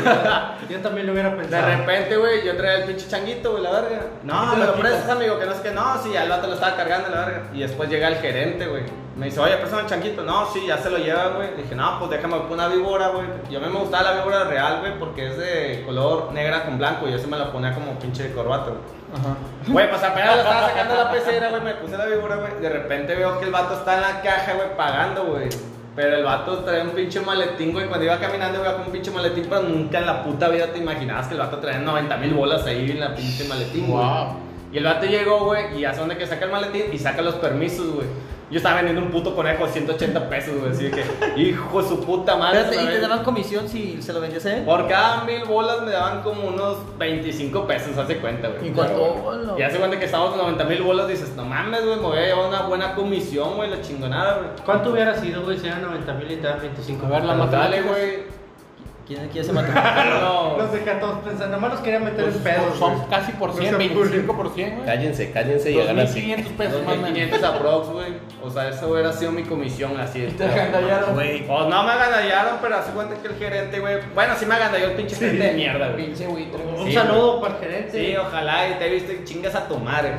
Yo también lo hubiera
De
pensado.
repente, güey, yo traía el pinche changuito, güey, la verga. pues, No, me lo prestas, amigo, que no es que no, sí, ya el vato lo estaba cargando, la verga. Y después llega el gerente, güey. Me dice, oye, préstame el changuito. No, sí, ya se lo lleva, güey. Dije, no, pues déjame poner una víbora, güey. Yo a mí me gustaba la víbora real, güey, porque es de color negra con blanco. Y yo se me la ponía como pinche corbata, güey.
Ajá.
Güey, pues apenas la estaba sacando de la pecera, güey, me puse la víbora, güey. De repente veo que el vato está en la caja, güey, pagando, güey. Pero el vato trae un pinche maletín, güey. Cuando iba caminando, güey, con un pinche maletín, pero nunca en la puta vida te imaginabas que el vato traía 90 mil bolas ahí en la pinche maletín, güey.
Wow.
Y el vato llegó, güey, y hace donde que saca el maletín y saca los permisos, güey. Yo estaba vendiendo un puto conejo de 180 pesos, güey. Así de que, hijo de su puta madre.
Espérate, ¿y
¿sabes?
te daban comisión si se lo vendías a él?
Por cada mil bolas me daban como unos 25 pesos, hace cuenta, güey.
¿Y cuánto?
Pero, güey,
Hola.
Y hace cuenta que estábamos en 90 mil bolas, dices, no mames, güey, me voy a llevar una buena comisión, güey, la chingonada, güey.
¿Cuánto hubiera sido, güey, si eran 90 mil y te dan 25?
A ver, la
Pero
matemática.
Dale,
dale,
güey.
¿Quién, quién se mató?
No.
güey. Los dejé a todos pensando, nomás los quería meter
Pues,
en pedos.
son
güey.
casi por
No
100,
se ocurre.
25%, güey.
Cállense, cállense y hagan así.
2.500 pesos más o menos.
2500 aprox, güey. O sea, eso hubiera sido mi comisión, así de.
Te agandallaron.
Güey. Pues no me agandallaron, pero hace cuenta que el gerente, güey. Bueno, sí me agandalló el pinche gerente de mierda, güey.
Pinche buitre, güey.
Un
Sí,
saludo para el gerente.
Sí, ojalá y te viste chingas a tu madre.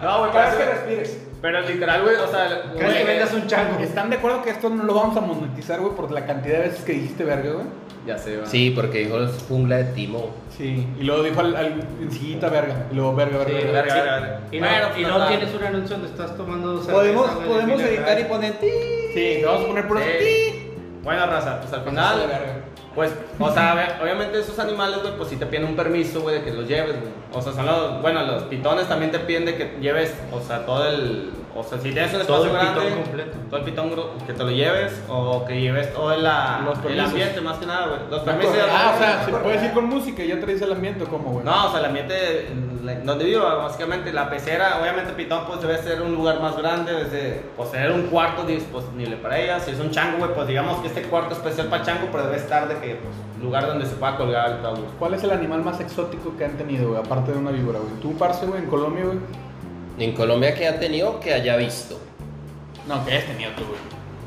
No, güey,
para que
respires.
Pero literal, güey, o sea,
¿Crees
güey,
que vendas un chango?
¿Están de acuerdo que esto no lo vamos a monetizar, güey, por la cantidad de veces que dijiste verga, güey?
Ya sé, güey.
Sí, porque dijo es jungla de Timo.
Sí. Y luego dijo al, al enseguida verga. Y luego verga, verga,
Sí,
verga.
verga, verga, verga.
Y no,
Bueno,
y no
total.
tienes un anuncio donde estás tomando cerveza,
Podemos,
güey,
podemos
de
editar y poner ti.
Sí, vamos a poner puro.
Sí. Buena raza, pues al
Final.
final. Pues, o sea, ve- obviamente esos animales, güey, pues sí te piden un permiso, güey, de que los lleves, güey. O sea, son los, bueno, los pitones también te piden de que lleves, o sea, todo el, o sea, si tienes un espacio
Todo el
grande,
pitón completo.
todo el pitón gru- que te lo lleves o que lleves todo la-
Los
el
permisos.
ambiente, más que nada, güey. Los permisos.
Ah, o sea, se puede ir con música y ya traes el ambiente, ¿cómo, güey?
No, o sea, el ambiente la- donde vivo, básicamente la pecera, obviamente Pitón pues debe ser un lugar más grande, desde poseer un cuarto disponible para ella. Si es un chango, güey, pues digamos que este cuarto especial para chango, pero debe estar de que pues, lugar donde se pueda colgar el tabú.
¿Cuál es el animal más exótico que han tenido, güey? Aparte de una víbora, güey. ¿Tú, parce, güey, en Colombia, güey?
En Colombia que ha tenido que haya visto.
No, que hayas tenido tú, güey.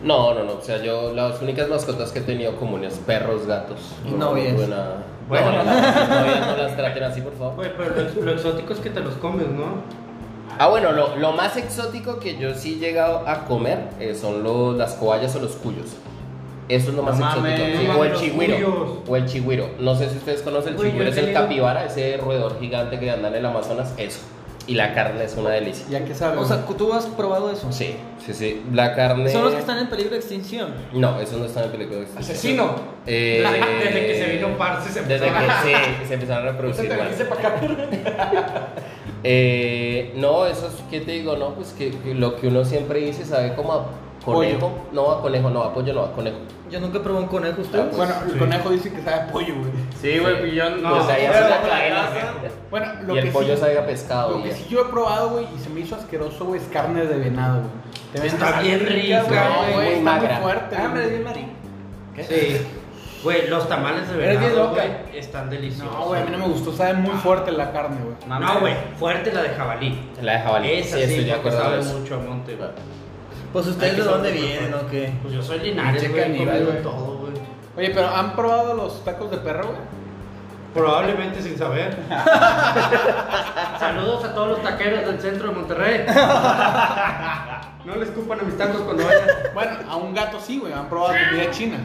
No, no, no. O sea, yo las únicas mascotas que he tenido comunes, perros, gatos.
Y novias.
tuve nada.
Bueno.
No, no, las novias no las traten así, por favor.
Güey, pero lo, ex- lo exótico es que te los comes, ¿no?
Ah, bueno, lo, lo más exótico que yo sí he llegado a comer eh, son los, las cobayas o los cuyos. Eso es lo
No
más
mames,
no
exótico. o
mames,
el
los
chigüiro.
cuyos.
O el chigüiro. No sé si ustedes conocen el
Güey, yo
chigüiro,
he
es el
tenido-
capibara, ese roedor gigante que anda en el Amazonas. Eso. Y la carne es una delicia.
¿Ya qué sabes?
O sea, ¿tú has probado eso?
Sí, sí, sí. La carne.
Son los que están en peligro de extinción.
No, esos no están en peligro de extinción.
Asesino.
Eh,
Desde que se vino Parce se
Desde que se, se empezaron a reproducir. más. Eh, no, eso es que te digo, no, pues que, que lo que uno siempre dice sabe como a conejo. No, a conejo, no, a pollo, no, a conejo.
Yo nunca probé un conejo,
Ah,
¿ustedes?
pues.
bueno, el conejo dice que sabe a pollo, güey.
Sí, güey, pues yo no.
Pues ahí
pero
hace la
con la
cadena,
grasa,
Bueno, lo
Y el
que
pollo
sí,
sabe a pescado.
Lo que
y-
sí yo he probado, güey, y se me hizo asqueroso, güey, es carne de venado, güey. Te ven-
Está bien rica,
No,
güey.
güey, está
magra.
muy fuerte.
Ah, me
güey.
bien marido.
Sí. Güey, los tamales de
Eres bien
venado,
loca.
güey, están deliciosos.
No, güey, a mí no me gustó, sabe muy fuerte la carne, güey.
No, güey, fuerte la de jabalí.
La de jabalí.
Esa
sí,
sí,
estoy de
porque
acuerdo
sabe
con eso.
mucho a monte, güey.
Pues
Hay
ustedes
que
de dónde
saber,
vienen
güey.
o qué.
Pues yo soy Linares,
Pinche
güey, he
caníbal,
comido
güey.
todo, güey.
Oye, pero ¿han probado los tacos de perro, güey?
Probablemente sin saber. Saludos a todos los taqueros del centro de Monterrey. No les culpan a mis tacos cuando vayan.
Bueno, a un gato sí, güey, han probado comida china.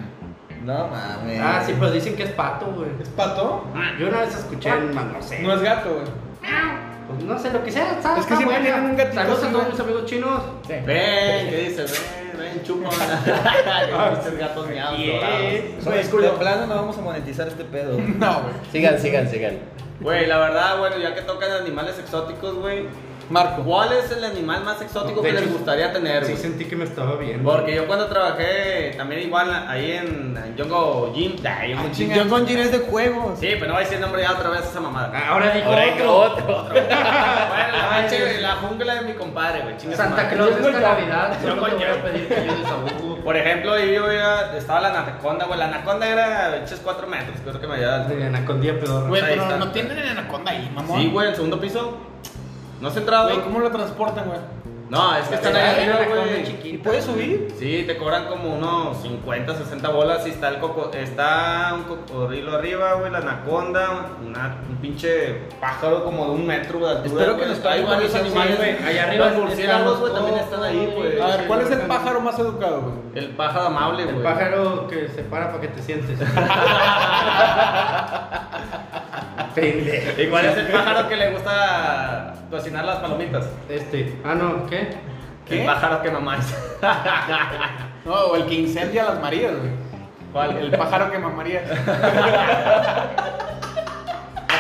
No mames.
Ah, sí, pero dicen que es pato, güey. Ah,
¿Es pato?
Yo una vez escuché
Ah.
en Manosé.
No es gato, güey.
Pues no sé lo que sea, está,
Es que
está
siempre
buena.
tienen un gatito
Saludos a
así,
todos
güey.
mis amigos chinos.
Ven, ¿qué dices? Ven, ven, chupa. Estos gatos miados dorados.
Güey, de plano no vamos a monetizar este pedo.
No, güey.
Sigan, sigan, sigan.
Güey, la verdad, bueno, ya que tocan animales exóticos, güey.
Marco.
¿Cuál es el animal más exótico
De
que
hecho,
les gustaría tener,
Sí
güey?
sentí que me estaba viendo.
Porque yo cuando trabajé también igual ahí en en Yongo Gym, ah, Yongo Gym.
Yo con jeans de juegos.
Sí, pero no voy a decir el nombre ya otra vez esa mamada.
Ahora dijo
Ahora hay
otro.
otro.
bueno, la,
Ay,
pinche-
Dios.
la jungla de mi compadre, güey. chinga su
Ah, Santa
madre.
Claus esta Navidad.
Yo
Yo
con-
te voy a pedir que ayudes a Hugo.
Por ejemplo, ahí yo iba- estaba la anaconda, güey. La anaconda era pinches 4 metros, creo que me había.
De Anacondía pedorra.
Güey,
ahí
pero
está.
no tienen anaconda ahí, mamón.
Sí, güey, en segundo piso. ¿No has entrado?
Güey, ¿cómo lo transportan, güey?
No, es que están
Era
ahí arriba,
anaconda
güey.
chiquita.
¿Y puedes subir?
Sí, te cobran como unos 50, 60 bolas y está el coco, está un cocodrilo arriba, güey, la anaconda, una- un pinche pájaro como de un metro de altura.
Espero que
güey.
nos paguen
Hay
por
varios
esa
animales,
opción,
güey.
Allá arriba
Los
están
murciélagos,
los
güey, también
dos,
están ahí, güey.
A ver, ¿cuál es el
sí,
pájaro más educado, güey?
El pájaro amable, güey.
El pájaro que se para para que te sientes. Pendejo.
¿Y cuál es el pájaro que le gusta cocinar las palomitas?
Este. Ah, no, ¿qué?
¿Qué?
El pájaro que mamáis.
No, o el que incendia las marías, güey. ¿Cuál? El pájaro que mamaría.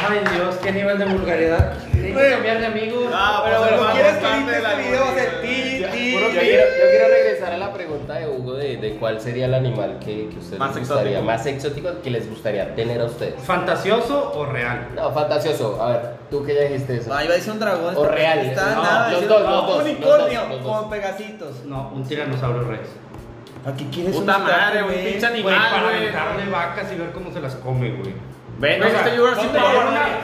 Ay, Dios, qué nivel de vulgaridad. Tienes que cambiar de amigos.
Ah, pero
pues,
bueno,
Pero cuando
vamos,
quieres que
parte
edite
de la
este video va a ser
algoritmo,
ti,
ya.
ti,
Yo
ti.
quiero, yo quiero regresar a la pregunta de Hugo de, de cuál sería el animal que, que ustedes
Más
les gustaría,
exótico.
más exótico que les gustaría tener a ustedes.
¿Fantasioso o real?
No, fantasioso. A ver, tú que ya dijiste eso.
Ah, iba a decir un dragón.
O
está-
real. este,
Está
No,
nada.
los
diciendo-
dos, los
no,
dos,
Un
los
unicornio
dos, los dos.
con pegacitos.
No, un tiranosaurio rex.
¿A qué quieres
Puta
un taco,
madre, un pinche
Güey, para
animal,
aventarle vacas y ver cómo se las come, güey.
Ven, este no
O sea,
viste Jurassic
ponte
Park,
en una-
güey?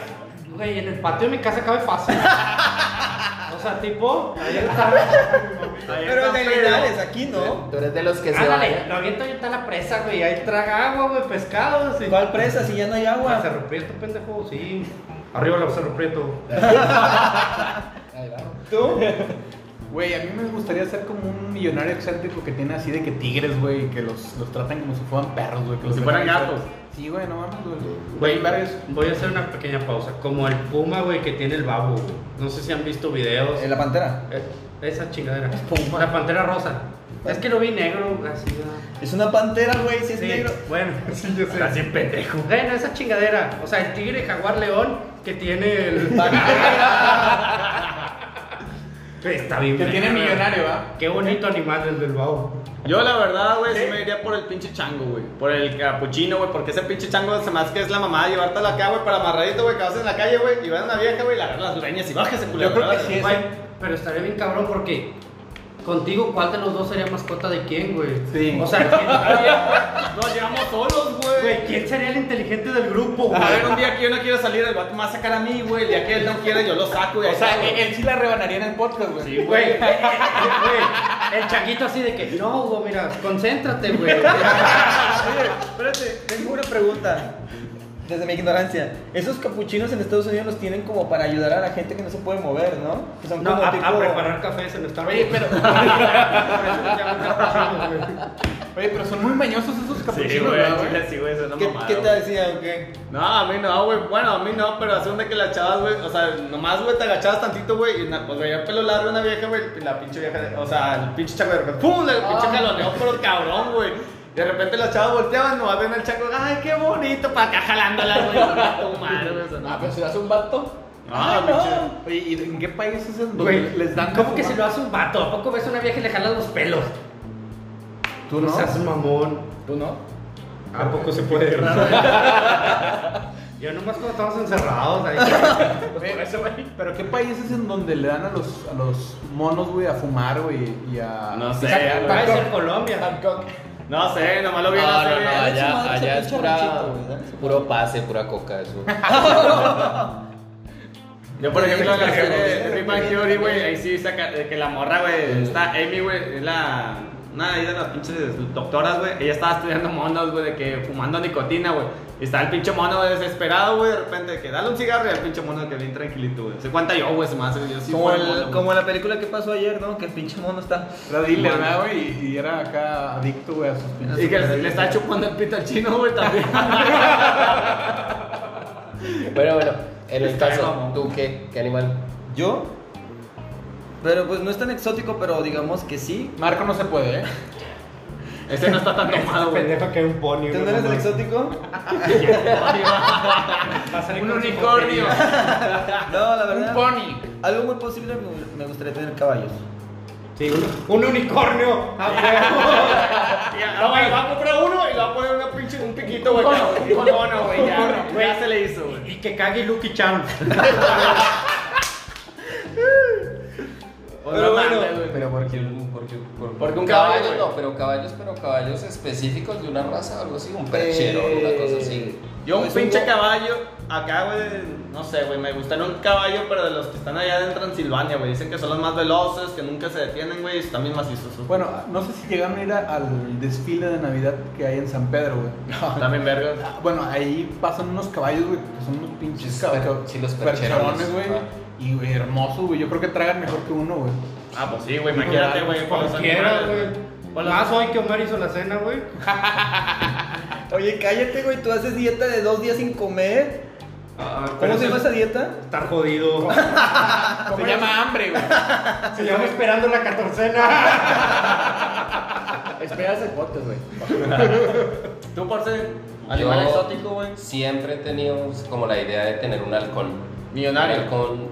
Güey, en el patio de mi casa cabe fácil. o sea, tipo, ahí está.
Ahí
Pero en
está,
el
pero-
Linares, aquí no.
Tú eres de los que se
Ándale,
van.
lo aviento ahí está la presa, güey. Ahí traga agua, güey, pescado. así.
¿Cuál presa si ya no hay
La
agua?
Cerro Prieto, pendejo, sí. Arriba la Cerro Prieto.
Ahí va.
¿Tú?
Güey, a mí me gustaría ser como un millonario excéntrico que tiene así de que tigres, güey, que los, los tratan como si fueran perros, güey. que
Como
los
si fueran
dejan
gatos.
sueltos. Sí, güey, no mames, güey.
Güey,
Güey, vergas.
voy a hacer una pequeña pausa. Como el puma, güey, que tiene el babo, güey. No sé si han visto videos.
En la pantera.
Eh, Esa chingadera. La pantera rosa. Es que lo vi negro, así. ¿no?
Es una pantera, güey, si es
Sí,
negro.
bueno.
Sí, yo sé.
Así pendejo. Bueno, esa chingadera. O sea, el tigre jaguar león que tiene el. Está bien.
Que tiene
verga.
millonario, ¿va?
Qué bonito animal el del babo.
Yo la verdad, güey, sí me iría por el pinche chango, güey. Por el capuchino, güey. Porque ese pinche chango se me hace que es la mamá de llevártelo acá, güey, para amarradito, güey, que vas en la calle, güey. Y vas a una vieja, güey, y le agarras las leñas y bájese, culero.
Yo creo que
¿verdad?
sí es-
Güey, pero estaría bien cabrón porque contigo, ¿cuál de los dos sería mascota de quién, güey?
Sí.
O sea, ¿quién,
Nos llevamos solos, güey.
güey, ¿quién sería el inteligente del grupo,
Ah,
güey?
A ver, un día que yo no quiero salir, el vato me va a sacar a mí, güey. El día que él no quiera, yo lo saco, güey.
O sea, eh,
güey.
él, él sí la rebanaría en el podcast, güey.
Sí, güey. Güey, El changuito así de que, no, Hugo, mira, concéntrate, güey.
Oye, espérate, tengo una pregunta. Desde mi ignorancia, esos capuchinos en Estados Unidos los tienen como para ayudar a la gente que no se puede mover, ¿no? Que son
No,
como
a,
tipo-
a preparar cafés en Starbucks.
Oye, pero,
pero...
oye, pero son muy mañosos esos
Sí,
capuchinos,
güey,
¿verdad,
al
güey.
chile sí, güey, eso es una
¿Qué,
mamada,
¿Qué
güey.
te decía o qué?
No, a mí no, güey. Bueno, a mí no, pero hace onda que las chavas, güey. O sea, nomás, güey, te agachabas tantito, güey. Y una, pues veía pelo largo una vieja, güey. Y la pinche vieja, o sea, el pinche chango de repente, ¡pum! Le
Ah.
pinche jaloneó, pero cabrón, güey. De repente las chavas volteaban, nomás ven al chango, ¡ay, qué bonito! Para acá jalándolas, güey. tu madre, güey. eso
Ah,
No,
pero si lo hace un vato.
Ah,
no. Oye, ¿y en qué país es el donde
Güey,
les dan
¿Cómo
de
que
fumar?
se lo hace un vato? ¿A poco ves a una vieja y le jalas los pelos?
¿Tú no?
seas mamón.
¿Tú no?
¿A poco se puede errar? Yo nomás cuando estamos encerrados ahí.
Pues por eso, güey. Pero ¿qué país es en donde le dan a los, a los monos, güey, a fumar, güey, y a...
No sé,
y sacan-
güey.
Va a
Bangkok.
ser Colombia.
no sé, nomás lo vi en la
No, no,
serie.
Dale su
no,
madre,
allá, allá
ese
es
pinche
pura,
ranchito, güey, dale su
puro pase, pura coca, eso.
Yo, por ejemplo, en la serie de Big Bang Theory, güey, ahí sí saca eh, que la morra, güey, está Amy, güey, es la. Una de ahí de las pinches doctoras, güey. Ella estaba estudiando monos, güey, de que fumando nicotina, güey. Y está el pinche mono güey, desesperado, güey, de repente, de que dale un cigarro y el pinche mono que bien tranquilito, güey. Se cuenta yo, güey, se me hace, yo sí.
como,
fuera
el-
mono, güey.
como la película que pasó ayer, ¿no? Que el pinche mono está.
Era dealer, ¿verdad, güey? Y, y era acá adicto, güey, a sus pinches...
Y que le le está chupando el pito al chino, güey, también.
Bueno, bueno, en el
Está
caso,
mamón.
¿tú qué? ¿Qué animal?
¿Yo? Pero pues no es tan exótico, pero digamos que sí.
Marco no se puede, ¿eh?
Ese no está tan
Ah,
tomado, güey.
Pendejo que es un pony.
¿Tú no eres el exótico?
Un
No, la
Un
verdad.
pony.
Algo muy posible me- me gustaría tener caballos.
Sí, un, un unicornio.
Ah,
Y ahora, güey, va a comprar uno y le va a poner una pinche, un piquito, güey. No, no, güey, ya, ya se le hizo, güey.
Y que cague Lucky Chan.
Pero bueno,
Pero porque, porque,
Porque un
un
caballo,
caballo,
güey.
no, pero caballos, pero caballos específicos de una raza o algo así, un perchero, una cosa así.
Eh, Yo un
Pues
pinche
hubo-
caballo, acá, güey, no sé, güey, me gustaría un caballo, pero de los que están allá en Transilvania, güey. Dicen que son los más veloces, que nunca se detienen, güey, y están bien macizos.
Pues,
esos.
Bueno, no sé si llegaron a ir a- al desfile de Navidad que hay en San Pedro, güey.
Ah, también vergas.
Bueno, ahí pasan unos caballos, güey, que son unos pinches
Sí, los per-
caballos.
sí, los
percherones,
percherones.
güey.
Ah.
Y, güey, hermosos, güey. Yo creo que tragan mejor que uno, güey.
Ah, pues sí, güey, imagínate, güey. con los
Cualquiera,
animales.
güey. Más hoy que Omar hizo la cena, güey.
Oye, cállate, güey. Tú haces dieta de dos días sin comer.
Ah,
¿Cómo se llama esa dieta?
Estar jodido.
Ah,
Se llama hambre, güey.
Se llama esperando la catorcena.
Ah,
Esperas el podcast, güey.
Tú, por ser
Yo
animal exótico, güey.
Siempre he tenido pues, como la idea de tener un halcón. Un
Millonario.
halcón,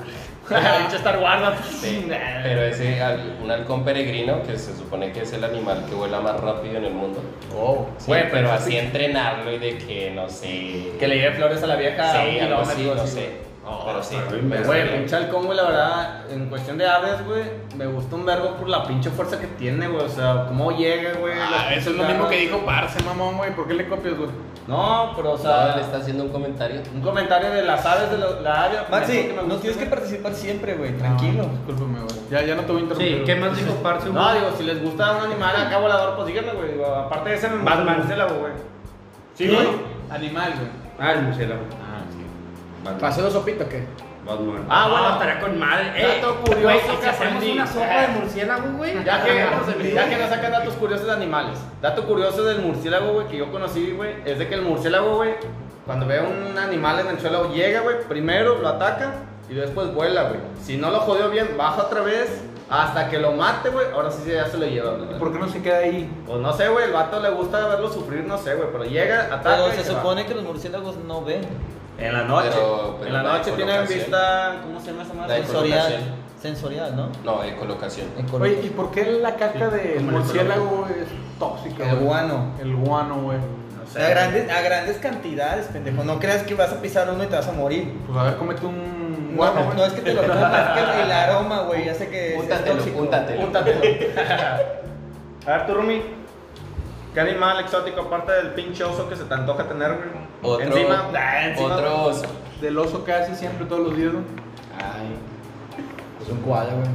Pinche Star Wars.
sí, pero ese, hal- un halcón peregrino que se supone que es el animal que vuela más rápido en el mundo.
Oh.
Sí,
Güey,
pero
pero
así entrenarlo y de que, no sé...
Que le lleve flores a la vieja. a un
Sí, algo así,
kilómetro,
no
así,
sé.
güey.
Pero sí.
Güey, pinche halcón, güey, la verdad, en cuestión de aves, güey, me gusta un verbo por la pinche fuerza que tiene, güey. O sea, cómo llega, güey. las
Ah, eso
pinches
es lo mismo
garras,
que
güey.
dijo Parce, mamón, güey. ¿Por qué le copias, güey?
No, pero o
Nada,
sea,
le está haciendo un comentario.
un comentario de las aves de lo- la área.
Maxi,
me- me
no
gusta,
tienes que
güey.
participar siempre, güey.
No,
Tranquilo.
discúlpame, güey. Ya, ya no te voy a interrumpir.
Sí,
güey.
¿qué más dijo Parce?
No, digo, si les gusta un animal acá volador, pues díganme, güey. Digo, Aparte de ese me
Batman.
el murciélago, güey. Sí,
¿Sí?
güey.
Animal, güey.
Ah, el murciélago.
¿Paseo sopito o qué?
Batman.
Ah, bueno.
estará con madre. Eh,
Dato curioso
güey,
que
si hacemos
aprendí.
una sopa de murciélago, güey. Ah,
Ya que,
hagamos
ya que no sacan datos curiosos de animales. Dato curioso del murciélago, güey, que yo conocí, güey, es de que el murciélago, güey, cuando ve a un animal en el suelo, llega, güey, primero lo ataca y después vuela, güey. Si no lo jodió bien, baja otra vez hasta que lo mate, güey. Ahora sí ya se lo lleva, güey.
¿Por qué no se queda ahí?
Pues no sé, güey, el vato le gusta verlo sufrir, no sé, güey, pero llega, ataca.
Pero
y
se
va.
supone que los murciélagos no ven.
En la noche.
Pero- pero
en la
la
noche tienen
ecolocación.
vista. ¿Cómo se llama esa
La
madre?
ecolocación.
Sensorial. Sensorial, ¿no?
No, de colocación.
En color.
Oye, ¿y por qué la caca del
como el
murciélago es tóxica?
El
güey?
guano.
El guano, güey.
No sé.
a, grandes, a grandes cantidades, pendejo. No creas que vas a pisar uno y te vas a morir.
Pues a ver, cómete un
No,
guano.
no,
güey.
es que te lo comas, es que el aroma, güey, hace que. sea
Púntatelo,
tóxico.
púntatelo.
Púntatelo. A ver, tú, Rumi. ¿Qué animal exótico, aparte del pinche oso que se te antoja tener, güey?
Otro,
Encima. Ah, encima.
otro oso.
Del oso que hace siempre todos los días, ¿no?
Ay. Es un koala, güey.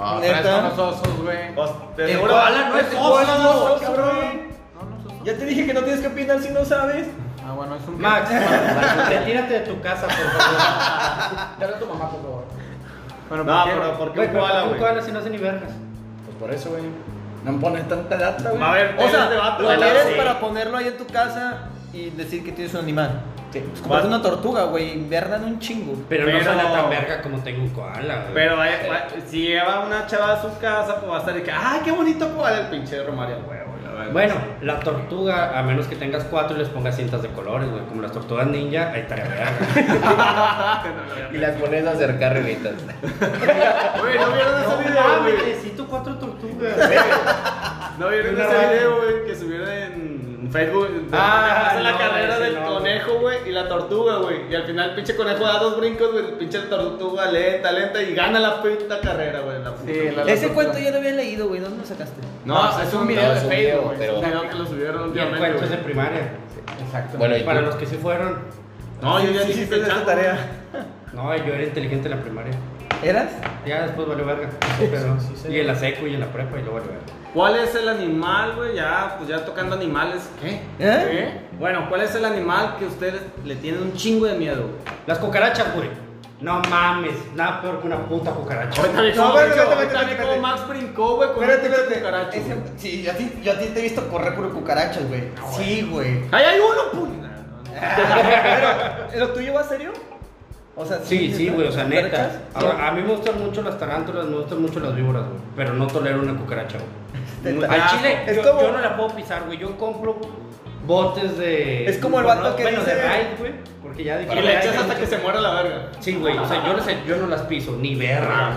Ah,
¿Neta?
pero estos son los osos, güey.
Os- Pues, ¿Te
El
seguro?
koala no es
Este
oso,
koala no es oso,
cabrón.
güey.
No, no es oso.
Ya te dije que no tienes que opinar si no sabes.
Ah, bueno, es un...
Max, Max, retírate de tu casa, por favor.
Dale a tu mamá, por favor. Bueno,
No,
¿por qué?
pero ¿por qué
Güey,
un
pero
koala,
un
güey?
koala si no hace ni vergas.
Pues por eso, güey.
No me pones tanta data,
A ver,
O sea,
este vato,
lo
güey,
quieres
sí.
para ponerlo ahí en tu casa y decir que tienes un animal. Sí. Es como
Vas-
una tortuga, güey. Invernan un chingo.
Pero,
Pero-
no suena tan verga como tengo un koala, güey.
Pero vaya, va- si lleva una chava a su casa, pues va a estar de que, ¡ay, qué bonito koala el pinche Romario, güey! güey, la verdad.
Bueno, la tortuga, a menos que tengas cuatro y les pongas cintas de colores, güey. Como las tortugas ninja, ahí estaría verga.
Y las pones a hacer carreritas.
Güey, no vieron ese video,
mames,
güey.
necesito cuatro tortugas.
No vieron
Una
ese
raya.
video, güey, que subieron en Facebook.
Ah,
Ah, la
no,
carrera
ese
del
no, güey.
conejo, güey, y la tortuga, güey. Y al final, pinche conejo da dos brincos, güey, el pinche tortuga lenta, lenta, y gana la puta carrera, güey. la puta.
Sí, la- la
Ese
tortuga.
cuento yo lo había leído, güey. ¿Dónde lo sacaste?
No, es un video de
es un
Facebook,
video,
güey. Es
pero-
un video que lo subieron
Y el
últimamente,
cuento es de
güey.
primaria.
Exacto.
Bueno, y
Para
tú?
los que sí fueron.
No, yo ya
Sí,
dije
hiciste esa
pensando, güey.
tarea.
No, yo era inteligente en la primaria.
¿Eras?
Ya después valió verga. Pero, y en la secu y en la prepa y luego valió verga.
¿Cuál es el animal, güey? Ya, pues ya tocando animales. ¿Qué?
¿Eh?
Bueno, ¿cuál es el animal que ustedes le tienen un chingo de miedo, güey?
Las cucarachas, güey. No mames, nada peor que una puta cucaracha.
Ahorita vi
No,
cómo-
espérate, espérate,
ahorita vi
espérate,
cómo
espérate.
Max brincó, güey, con
Espérate,
un pinche
espérate.
cucaracho,
Ese-
güey.
Sí, yo a, ti, yo a ti te he visto correr por cucarachas, güey. sí, Ah, güey.
¡Ahí hay uno, pum!
Pero, ¿lo tuyo va serio? O sea,
Sí, sí, güey, o sea,
¿cucarachas?
neta. A, a mí me gustan mucho las tarántulas, me gustan mucho las víboras, güey. Pero no tolero una cucaracha,
Te-
güey.
te-
Al chile,
es
yo,
como-
yo no la puedo pisar, güey. Yo compro botes de.
Es como el vato
bueno,
que
Bueno,
dice-
de raid, güey. Porque ya dije.
Y le echas hasta que se muera la verga.
Sí, güey, o sea, yo no, sé, yo no las piso, ni verga.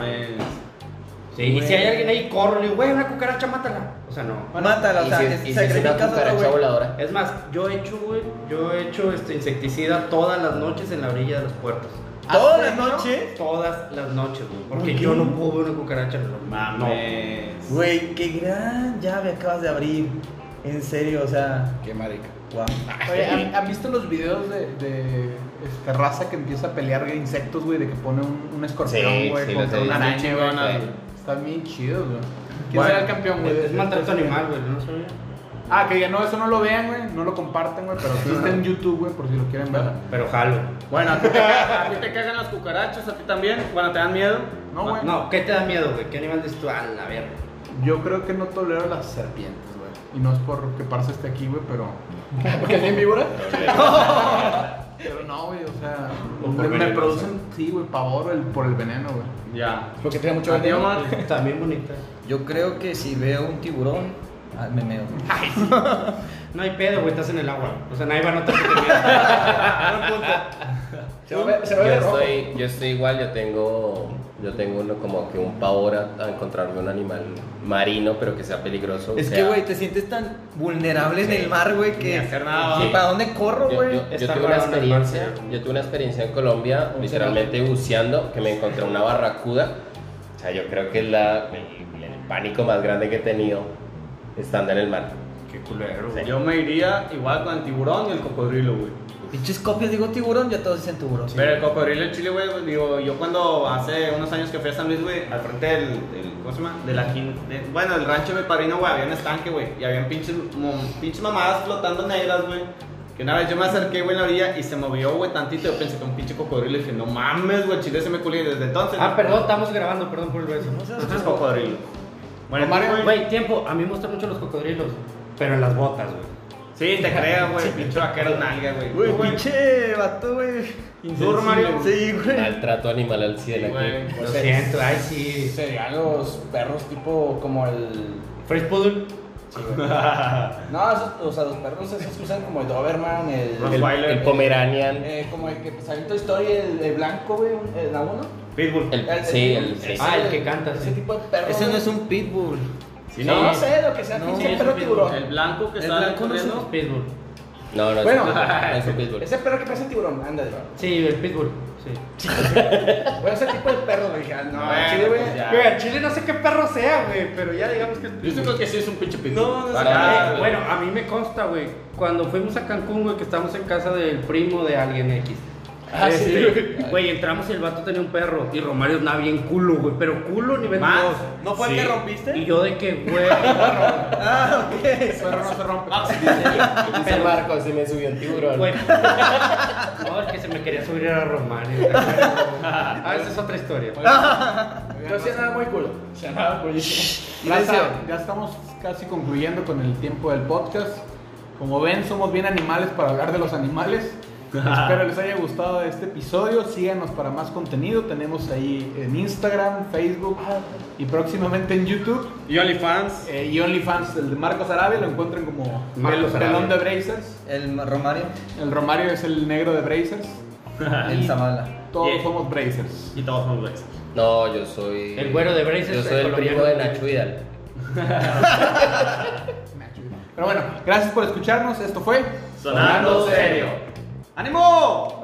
Sí, y si hay alguien ahí, corro, le digo, güey, una cucaracha, mátala. O sea, no.
Mátala, o sea,
y
que
si, y si es una
sacrificas a otra,
cucaracha
güey.
voladora.
Es más, yo he hecho, güey, yo he hecho este insecticida todas las noches en la orilla de los puertos.
¿Todas las
¿Hasta hecho?
noches?
Todas las noches, güey. Porque yo no puedo ver una cucaracha, no.
Mames.
Güey, qué gran llave acabas de abrir. En serio, o sea,
Qué marica.
guau.
Oye, ¿han, han visto los videos de, de este, raza que empieza a pelear de insectos, güey? De que pone un, un escorpión,
Sí,
güey,
sí, los
contra
he
una
visto.
araña, güey.
Chingona, güey.
Están bien chidos, güey. ¿Quién
Bueno,
será el campeón, güey?
Es, es maltrato animal, güey, no sabía.
Ah, que ya no, eso no lo vean, güey. No lo comparten, güey. Pero sí está en YouTube, güey, por si lo quieren ver.
Pero jalo.
Bueno, a ti, te ca- a ti te cagan las cucarachas, a ti también. Bueno, ¿te dan miedo?
No, güey.
No, ¿qué te da miedo, güey? ¿Qué animal dices tú? A la verga.
Yo creo que no tolero las serpientes, güey. Y no es por que Parce esté aquí, güey, pero. ¿Porque es víbora? pero no, güey, o sea.
O por
me- me
veneno,
producen, sí, güey, pavor el- por el veneno, güey.
Ya.
Porque tiene
¿A ti, Omar?
También bonita.
Yo creo que si veo un tiburón, ah, me meo. güey.
No hay pedo, güey, estás en el agua. O sea, nadie va a notar que te miedo.
Yo estoy, yo estoy igual, yo tengo, yo tengo uno como que un pavor a, a encontrarme un animal marino, pero que sea peligroso.
Es
o sea,
que, güey, te sientes tan vulnerable en
Sí.
el mar, güey, que.
Ni hacer nada,
Sí,
güey.
¿Para dónde corro,
Yo,
güey?
yo- yo
Está
tuve una
raro en el mar,
experiencia, yo tuve una experiencia en Colombia, literalmente buceando, que me encontré una barracuda. O sea, yo creo que es la, el, el pánico más grande que he tenido estando en el mar.
Qué culero, güey.
Yo me iría igual con el tiburón y el cocodrilo, güey.
Pinches copias, digo tiburón, ya todos dicen tiburón.
Pero el cocodrilo en Chile, güey, pues, digo, yo cuando hace unos años que fui a San Luis, güey, al frente del, del- ¿cómo se llama? De la quin- de- bueno, el rancho de mi padrino, güey, había un estanque, güey, y habían pinches, mo- pinches mamadas flotando negras, güey, que Que una vez yo me acerqué, güey, en la orilla y se movió, güey, tantito. Yo pensé que un pinche cocodrilo. Y dije, no mames, güey, el chile se me culió. Y desde entonces.
Ah, perdón, estamos grabando, perdón por el beso.
Entonces, cocodrilo. Bueno,
Mario,
güey.
güey, tiempo. A mí me gustan mucho los cocodrilos, pero en las botas, güey.
Sí, te creo, güey. Pinche vaquero nalga, güey.
Güey, pinche vato, güey.
¿Tú, Mario?
Sí, güey.
Maltrato animal al cielo aquí.
Güey.
Lo siento, ay, sí.
Serían los perros tipo como el.
Fresh Poodle.
sí, güey. no, esos, o sea, los perros esos que usan como el Doberman, el.
El, el Pomeranian.
eh, como el que salió en Toy Story, el, el blanco, güey, un- el la uno.
Pitbull.
El- sí, el, sí.
Ah, el que canta,
Ese
sí.
tipo de perro.
Ese no
güey.
es un pitbull.
Sí,
No, no sé, lo que sea,
Sí,
pinche
es un
perro
pitbull.
tiburón.
El blanco que
El
está
blanco no es un-
corriendo.
Pitbull.
No, no,
Bueno.
es un pitbull, no es un pitbull.
Ese perro que parece tiburón, ándale. güey.
Sí, el Pitbull. Sí.
Bueno, ese tipo de perro, güey. dije, ah, No,
Bueno,
chile, güey.
pues ya.
Ah. Güey, al chile no sé qué perro sea, güey, pero ya digamos que es
Yo
pitbull.
siento que sí es un pinche pitbull.
No, no
Ah,
sé.
no,
Eh, bueno, a mí me consta, güey, cuando fuimos a Cancún, güey, que estábamos en casa del primo de alguien X.
Ah, sí,
Este, güey, entramos y el vato tenía un perro y Romario andaba bien culo, güey, pero culo nivel
Más.
2.
¿No fue el que rompiste?
Y yo de que, güey, perro,
Ah, ok.
Pero no se rompe.
Ah,
Dice el barco, se me subió un tiburón.
güey. No, el que se me quería subir era Romario. Ah, esa es otra historia.
Pero sí andaba muy culo. Sí andaba culísimo.
Raza, ya estamos casi concluyendo con el tiempo del podcast. Como ven, somos bien animales para hablar de los animales. Espero les haya gustado este episodio. Síganos para más contenido. Tenemos ahí en Instagram, Facebook y próximamente en YouTube.
Y OnlyFans.
Eh, y OnlyFans, el de Marcos Arabia, lo encuentran como
Marcos
Pel- Pelón
Arabia.
de Brazers.
El Romario.
El Romario es el negro de Brazers.
El Zamala.
Todos
Yeah.
somos Brazers.
Y todos somos güeyes.
No, yo soy.
El güero de Braces,
Yo soy
el
el primo de
colombiano.
Nacho Vidal.
Pero bueno, gracias por escucharnos. Esto fue
Sonando serio. ¡Ánimo!